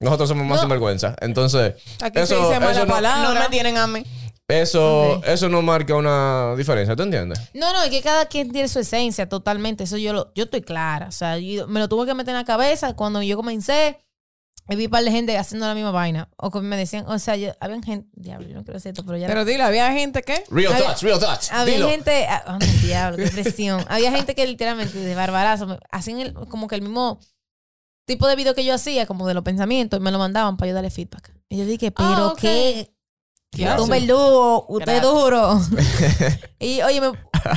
Speaker 1: Nosotros somos más
Speaker 2: No.
Speaker 1: sinvergüenza. Entonces,
Speaker 5: Aquí se
Speaker 1: Eso-
Speaker 5: dice
Speaker 1: eso
Speaker 5: mala
Speaker 1: no-
Speaker 5: palabra.
Speaker 3: tienen a mí.
Speaker 1: eso,
Speaker 2: Ok.
Speaker 1: eso no marca una diferencia, ¿te entiendes?
Speaker 2: No, no, es que cada quien tiene su esencia totalmente. Eso yo lo, yo estoy clara. O sea, yo- me lo tuve que meter en la cabeza cuando yo comencé. y Vi un par de gente haciendo la misma vaina. O que me decían, o sea, yo, había gente, diablo, yo no quiero decir esto, pero ya
Speaker 5: Pero dile, había gente que.
Speaker 1: Real
Speaker 2: Había-
Speaker 1: thoughts, real thoughts.
Speaker 2: Había
Speaker 1: Dilo.
Speaker 2: gente, ah, oh, no, diablo, qué presión. Había gente que literalmente de barbarazo me- hacían el- como que el mismo tipo de video que yo hacía, como de los pensamientos, y me lo mandaban para yo darle feedback. Y yo dije, pero
Speaker 4: Ah, ok.
Speaker 2: qué,
Speaker 1: Gracias.
Speaker 2: un verdugo, usted es
Speaker 4: Gracias.
Speaker 2: duro. y oye, me-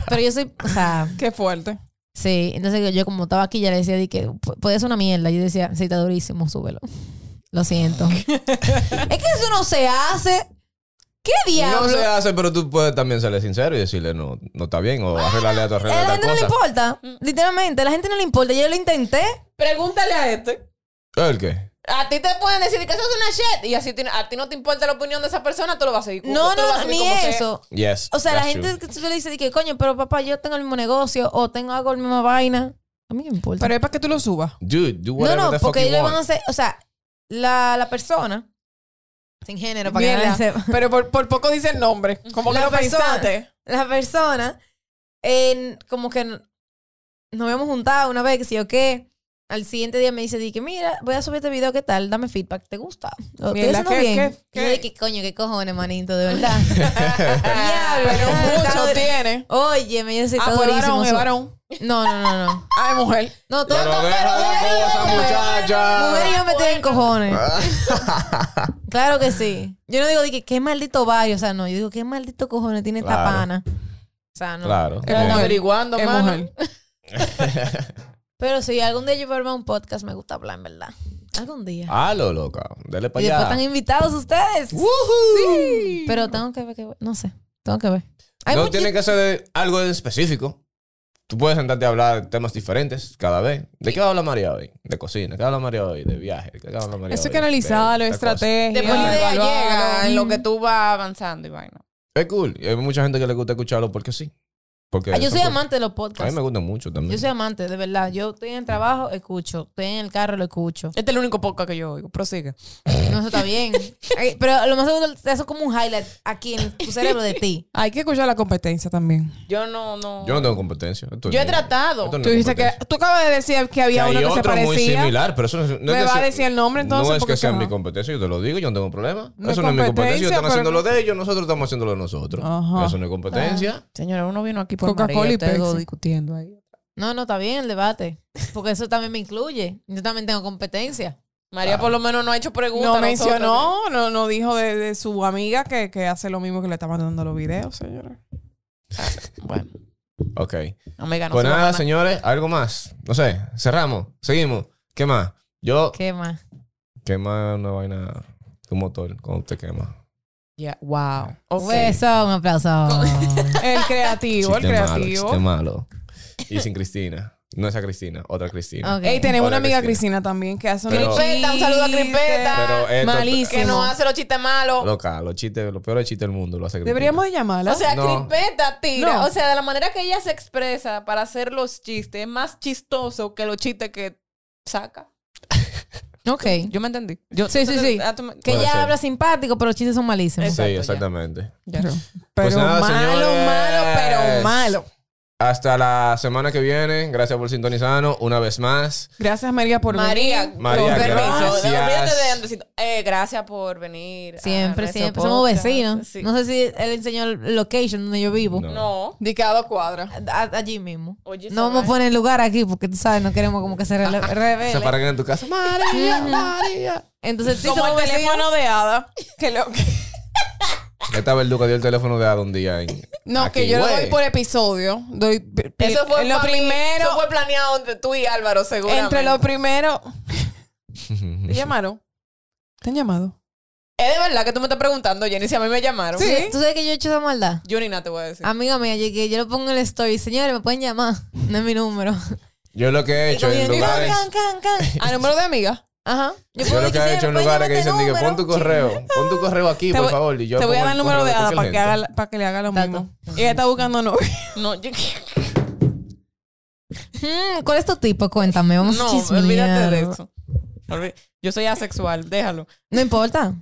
Speaker 2: pero yo soy, o sea,
Speaker 5: Qué fuerte.
Speaker 2: sí, entonces yo como estaba aquí ya le decía, di que "P- podía ser una mierda. Yo decía, sí, está durísimo, súbelo. Lo siento. es que eso no se hace. ¿Qué diablo?
Speaker 1: No se hace, pero tú puedes también serle sincero y decirle no, no está bien o arreglarle a tu
Speaker 2: A
Speaker 1: arregla
Speaker 2: la
Speaker 1: tal
Speaker 2: gente no le
Speaker 1: cosa.
Speaker 2: importa. Literalmente, a la gente no le importa. Yo lo intenté.
Speaker 4: Pregúntale a este.
Speaker 1: ¿El qué?
Speaker 4: A ti te pueden decir que eso es una shit. Y así ti- a ti no te importa la opinión de esa persona, tú lo vas a seguir.
Speaker 2: No,
Speaker 4: tú lo vas a
Speaker 2: no, ni
Speaker 4: seguir como sea.
Speaker 2: eso.
Speaker 1: Yes.
Speaker 2: O sea, la
Speaker 1: that's
Speaker 2: gente
Speaker 1: true.
Speaker 2: que tú le dices, que, coño, pero papá, yo tengo el mismo negocio o tengo hago la misma vaina. A mí qué me importa.
Speaker 5: Pero es para que tú lo subas.
Speaker 1: Dude, do
Speaker 2: no,
Speaker 1: whatever
Speaker 2: no,
Speaker 1: the fuck
Speaker 2: porque
Speaker 1: you
Speaker 2: ellos
Speaker 1: want.
Speaker 2: van a hacer, o sea, la, la persona, sin género, para que
Speaker 5: Mierda.
Speaker 2: nadie sepa.
Speaker 5: Pero por, por poco dice el nombre. Como que
Speaker 2: La
Speaker 5: lo
Speaker 2: persona.
Speaker 5: pensaste.
Speaker 2: la persona, en, como que n- nos habíamos juntado una vez, que sí o qué. Al siguiente día me dice, di que mira, voy a subir este video, ¿qué tal? Dame feedback, ¿te gusta? ¿Lo estoy
Speaker 5: Mierda,
Speaker 2: haciendo
Speaker 5: ¿qué-
Speaker 2: bien?
Speaker 5: qué-
Speaker 2: Y yo
Speaker 5: qué?
Speaker 2: dije, coño, qué cojones, manito, de verdad. Diablo,
Speaker 5: Pero
Speaker 2: ah, está
Speaker 5: mucho
Speaker 2: duro.
Speaker 5: tiene.
Speaker 2: Oye, me yo soy
Speaker 5: Ah,
Speaker 2: todo
Speaker 5: pues
Speaker 2: durísimo.
Speaker 5: varón, es
Speaker 2: su-
Speaker 5: varón.
Speaker 2: No, no, no, no.
Speaker 4: Ah,
Speaker 5: Ay, mujer.
Speaker 2: No, todo
Speaker 1: Pero
Speaker 2: no,
Speaker 1: deja
Speaker 2: pero mujer y
Speaker 1: de
Speaker 2: hombre.
Speaker 1: cosas, muchacha.
Speaker 2: Mujer y yo me tienen cojones. claro que sí. Yo no digo de que qué maldito barrio, o sea, no, yo digo qué maldito cojones tiene esta
Speaker 1: Claro.
Speaker 2: pana. O sea, no.
Speaker 1: Claro.
Speaker 5: Es
Speaker 4: Están
Speaker 5: mujer.
Speaker 4: averiguando,
Speaker 5: Es
Speaker 4: mano.
Speaker 5: mujer.
Speaker 2: Pero si algún día yo formo un podcast, me gusta hablar, en verdad. Algún día.
Speaker 1: Ah, pues lo loca. Dale
Speaker 2: y
Speaker 1: para
Speaker 2: después
Speaker 1: allá.
Speaker 2: están invitados ustedes. Sí. Pero tengo que ver, que, no sé, tengo que ver. Hay
Speaker 1: no
Speaker 2: muchi-
Speaker 1: tiene que ser de algo en específico. Tú puedes sentarte a hablar de temas diferentes cada vez. ¿De qué va a hablar María hoy? De cocina. ¿Qué va a hablar María hoy? De viaje. ¿Qué va a hablar María
Speaker 5: Eso hay
Speaker 1: hoy?
Speaker 5: que
Speaker 1: De
Speaker 5: analizarlo,
Speaker 1: esta cosa.
Speaker 5: estrategia.
Speaker 4: Después la idea
Speaker 5: evaluarlo.
Speaker 4: llega en lo que tú vas avanzando y vaina.
Speaker 1: Es cool. Y hay mucha gente que le gusta escucharlo porque sí. Porque
Speaker 2: Ah, yo
Speaker 1: son
Speaker 2: soy
Speaker 1: cool.
Speaker 2: amante de los
Speaker 1: A mí
Speaker 2: podcasts.
Speaker 1: me gusta mucho también.
Speaker 2: Yo soy amante, de verdad. Yo estoy en el trabajo, escucho. Estoy en el carro, lo escucho.
Speaker 5: Este es el único podcast que yo oigo. Prosigue.
Speaker 2: No, eso está bien. Ay, Pero lo más seguro, eso es como un highlight aquí en tu cerebro de ti.
Speaker 5: Hay que escuchar la competencia también.
Speaker 4: Yo no, no.
Speaker 1: Yo no tengo competencia. Esto
Speaker 4: Yo he
Speaker 1: no-
Speaker 4: tratado.
Speaker 1: esto no
Speaker 5: Tú
Speaker 1: es
Speaker 5: dijiste que.
Speaker 1: competencia.
Speaker 5: Tú acabas de decir que había
Speaker 1: hay
Speaker 5: uno que se
Speaker 1: otro muy
Speaker 5: parecía.
Speaker 1: similar, pero eso no, es- no
Speaker 5: ¿Me
Speaker 1: es que
Speaker 5: va a
Speaker 1: sea-
Speaker 5: decir el nombre, entonces?
Speaker 1: No es
Speaker 5: Porque
Speaker 1: que sea
Speaker 5: no.
Speaker 1: mi competencia, yo te lo digo, yo no tengo problema.
Speaker 5: No
Speaker 1: eso no es mi
Speaker 5: es
Speaker 1: competencia,
Speaker 5: competencia,
Speaker 1: ellos están
Speaker 5: pero
Speaker 1: haciendo
Speaker 5: no-
Speaker 1: lo de ellos, nosotros estamos haciendo lo de nosotros.
Speaker 5: Ajá.
Speaker 1: Eso no es competencia.
Speaker 4: Señora, uno vino aquí por
Speaker 5: Coca-Cola y
Speaker 4: ustedes dos
Speaker 5: Pepsi.
Speaker 4: discutiendo ahí.
Speaker 2: No, no, está bien el debate. Porque eso también me incluye. Yo también tengo competencia.
Speaker 4: María por lo menos no ha hecho preguntas.
Speaker 5: No
Speaker 4: a nosotros.
Speaker 5: mencionó, no, no dijo de, de su amiga que, que hace lo mismo que le está mandando los videos, señora.
Speaker 4: Bueno,
Speaker 5: Ah.
Speaker 1: Ok.
Speaker 4: no me ganó.
Speaker 1: pues
Speaker 4: se va a
Speaker 1: nada,
Speaker 4: ganar.
Speaker 1: señores, algo más. No sé, cerramos, seguimos. ¿Qué más? Yo,
Speaker 2: ¿Qué más?
Speaker 1: quema una vaina, un motor, cuando te quema.
Speaker 4: Ya, Wow.
Speaker 2: Un Beso, un aplauso.
Speaker 5: El creativo, el
Speaker 1: Chiste malo,
Speaker 5: creativo.
Speaker 1: chiste malo. Y sin Cristina. No esa Cristina, otra Cristina.
Speaker 2: Ok.
Speaker 5: Ey, tenemos
Speaker 1: Hola,
Speaker 5: una amiga
Speaker 1: Cristina.
Speaker 5: Cristina también que hace
Speaker 1: Pero-
Speaker 5: unos
Speaker 4: Crispeta, un saludo a
Speaker 5: chistes.
Speaker 4: Crispeta.
Speaker 1: Pero esto-
Speaker 5: Malísimo.
Speaker 4: Que no hace los chistes malos.
Speaker 1: Loca, los chistes, los peores chistes del mundo lo hace Cristina.
Speaker 5: Deberíamos de llamarla.
Speaker 4: O sea,
Speaker 1: No.
Speaker 4: Crispeta tira.
Speaker 5: No.
Speaker 4: O sea, de la manera que ella se expresa para hacer los chistes, es más chistoso que los chistes que saca.
Speaker 2: Ok.
Speaker 4: Yo me entendí.
Speaker 2: sí, sí, sí.
Speaker 4: Ah, tú me-
Speaker 2: Que
Speaker 1: Puede
Speaker 2: ella
Speaker 1: ser.
Speaker 2: habla simpático, pero los chistes son malísimos.
Speaker 1: Sí,
Speaker 4: Exacto, ya.
Speaker 1: exactamente.
Speaker 5: pero
Speaker 1: Pues nada,
Speaker 5: malo,
Speaker 1: señores.
Speaker 5: malo, pero malo.
Speaker 1: Hasta la semana que viene. Gracias por sintonizarnos una vez más.
Speaker 5: Gracias, María, por
Speaker 4: María,
Speaker 5: venir. Ah,
Speaker 1: María,
Speaker 4: con permiso.
Speaker 1: gracias.
Speaker 4: Olvídate de Andresito. Eh, gracias por venir. a
Speaker 2: Siempre,
Speaker 4: nuestro
Speaker 2: siempre.
Speaker 4: podcast.
Speaker 2: Somos vecinos.
Speaker 4: Sí.
Speaker 2: No sé si él enseñó el location donde yo vivo.
Speaker 1: No.
Speaker 4: No.
Speaker 5: De cada cuadra.
Speaker 2: A- allí mismo.
Speaker 4: Oye,
Speaker 2: no vamos a
Speaker 4: Samuel.
Speaker 2: poner lugar aquí porque tú sabes, no queremos como que se rele- revele.
Speaker 1: Se paran en tu casa. María, María.
Speaker 2: Entonces, sí,
Speaker 5: Como
Speaker 2: somos
Speaker 5: el
Speaker 2: vecinos.
Speaker 5: teléfono de Ada. Que lo que-
Speaker 1: Esta verduga dio el teléfono de Ada un día. en-
Speaker 5: No,
Speaker 1: aquí,
Speaker 5: que yo lo
Speaker 1: güey.
Speaker 5: doy por episodio. Doy,
Speaker 4: Eso fue
Speaker 5: lo
Speaker 4: pa' mí.
Speaker 5: primero.
Speaker 4: Eso fue planeado entre tú y Álvaro, seguramente.
Speaker 5: Entre lo primero. ¿Te llamaron? ¿Te han llamado?
Speaker 4: Es de verdad que tú me estás preguntando, Jenny, si a mí me llamaron.
Speaker 5: Sí.
Speaker 2: ¿Tú sabes que yo he hecho esa maldad?
Speaker 4: Yo ni nada te voy a decir.
Speaker 2: Amiga mía, yo, que yo lo pongo en el story. Señores, me pueden llamar. No es mi número.
Speaker 1: Yo lo que he hecho en lugares.
Speaker 2: Can, can, can.
Speaker 4: ¿A número de amiga?
Speaker 2: Ajá.
Speaker 1: Yo lo que he
Speaker 2: he
Speaker 1: hecho en lugares que dicen, digo, pon tu correo, pon tu correo aquí, por
Speaker 5: voy-
Speaker 1: favor. Y yo
Speaker 5: Te voy a
Speaker 1: pongo
Speaker 5: dar el número de
Speaker 1: correo
Speaker 5: Ada
Speaker 1: cualquier
Speaker 5: para que,
Speaker 1: gente.
Speaker 5: haga, la- para que le haga lo
Speaker 2: Tato.
Speaker 5: mismo. Y ella está buscando novio.
Speaker 4: No, yo...
Speaker 2: Mm, ¿Cuál es tu tipo? Cuéntame, vamos
Speaker 4: No,
Speaker 2: a chismear.
Speaker 4: olvídate de eso. Olvi- Yo soy asexual, déjalo.
Speaker 2: No importa.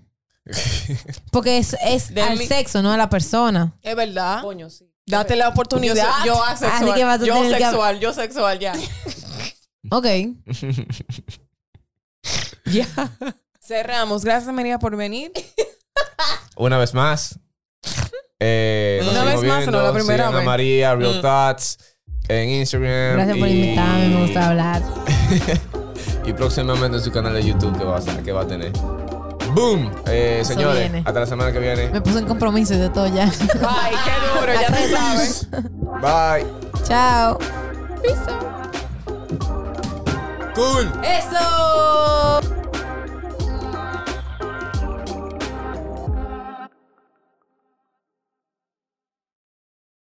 Speaker 2: Porque es, es
Speaker 4: De
Speaker 2: al
Speaker 4: mi-
Speaker 2: sexo, no a la persona.
Speaker 5: Es verdad.
Speaker 4: Coño, sí.
Speaker 5: Date la
Speaker 4: Yo,
Speaker 5: oportunidad.
Speaker 4: soy- yo
Speaker 2: Así que vas
Speaker 4: asexual.
Speaker 2: a
Speaker 4: Yo
Speaker 2: tener que-
Speaker 4: sexual, yo sexual, ya.
Speaker 2: Ok.
Speaker 4: Ya.
Speaker 5: Cerramos. Gracias, María, por venir.
Speaker 1: Una vez más. Eh, nos
Speaker 5: Una
Speaker 1: seguimos
Speaker 5: vez más,
Speaker 1: viendo.
Speaker 5: no, la primera
Speaker 1: Sigan a
Speaker 5: vez. Mm.
Speaker 1: María, Real Thoughts, en Instagram.
Speaker 2: Gracias por
Speaker 1: y-
Speaker 2: invitarme, me gusta hablar.
Speaker 1: Y próximamente en su canal de YouTube que va a, ser- que va a tener. ¡Boom! Eh,
Speaker 2: Eso
Speaker 1: señores,
Speaker 2: viene.
Speaker 1: hasta la semana que viene.
Speaker 2: Me puse en compromiso y de todo ya.
Speaker 5: Ay, qué duro. Ya te sabes.
Speaker 1: Bye.
Speaker 2: Chao.
Speaker 1: Cool.
Speaker 2: ¡Eso!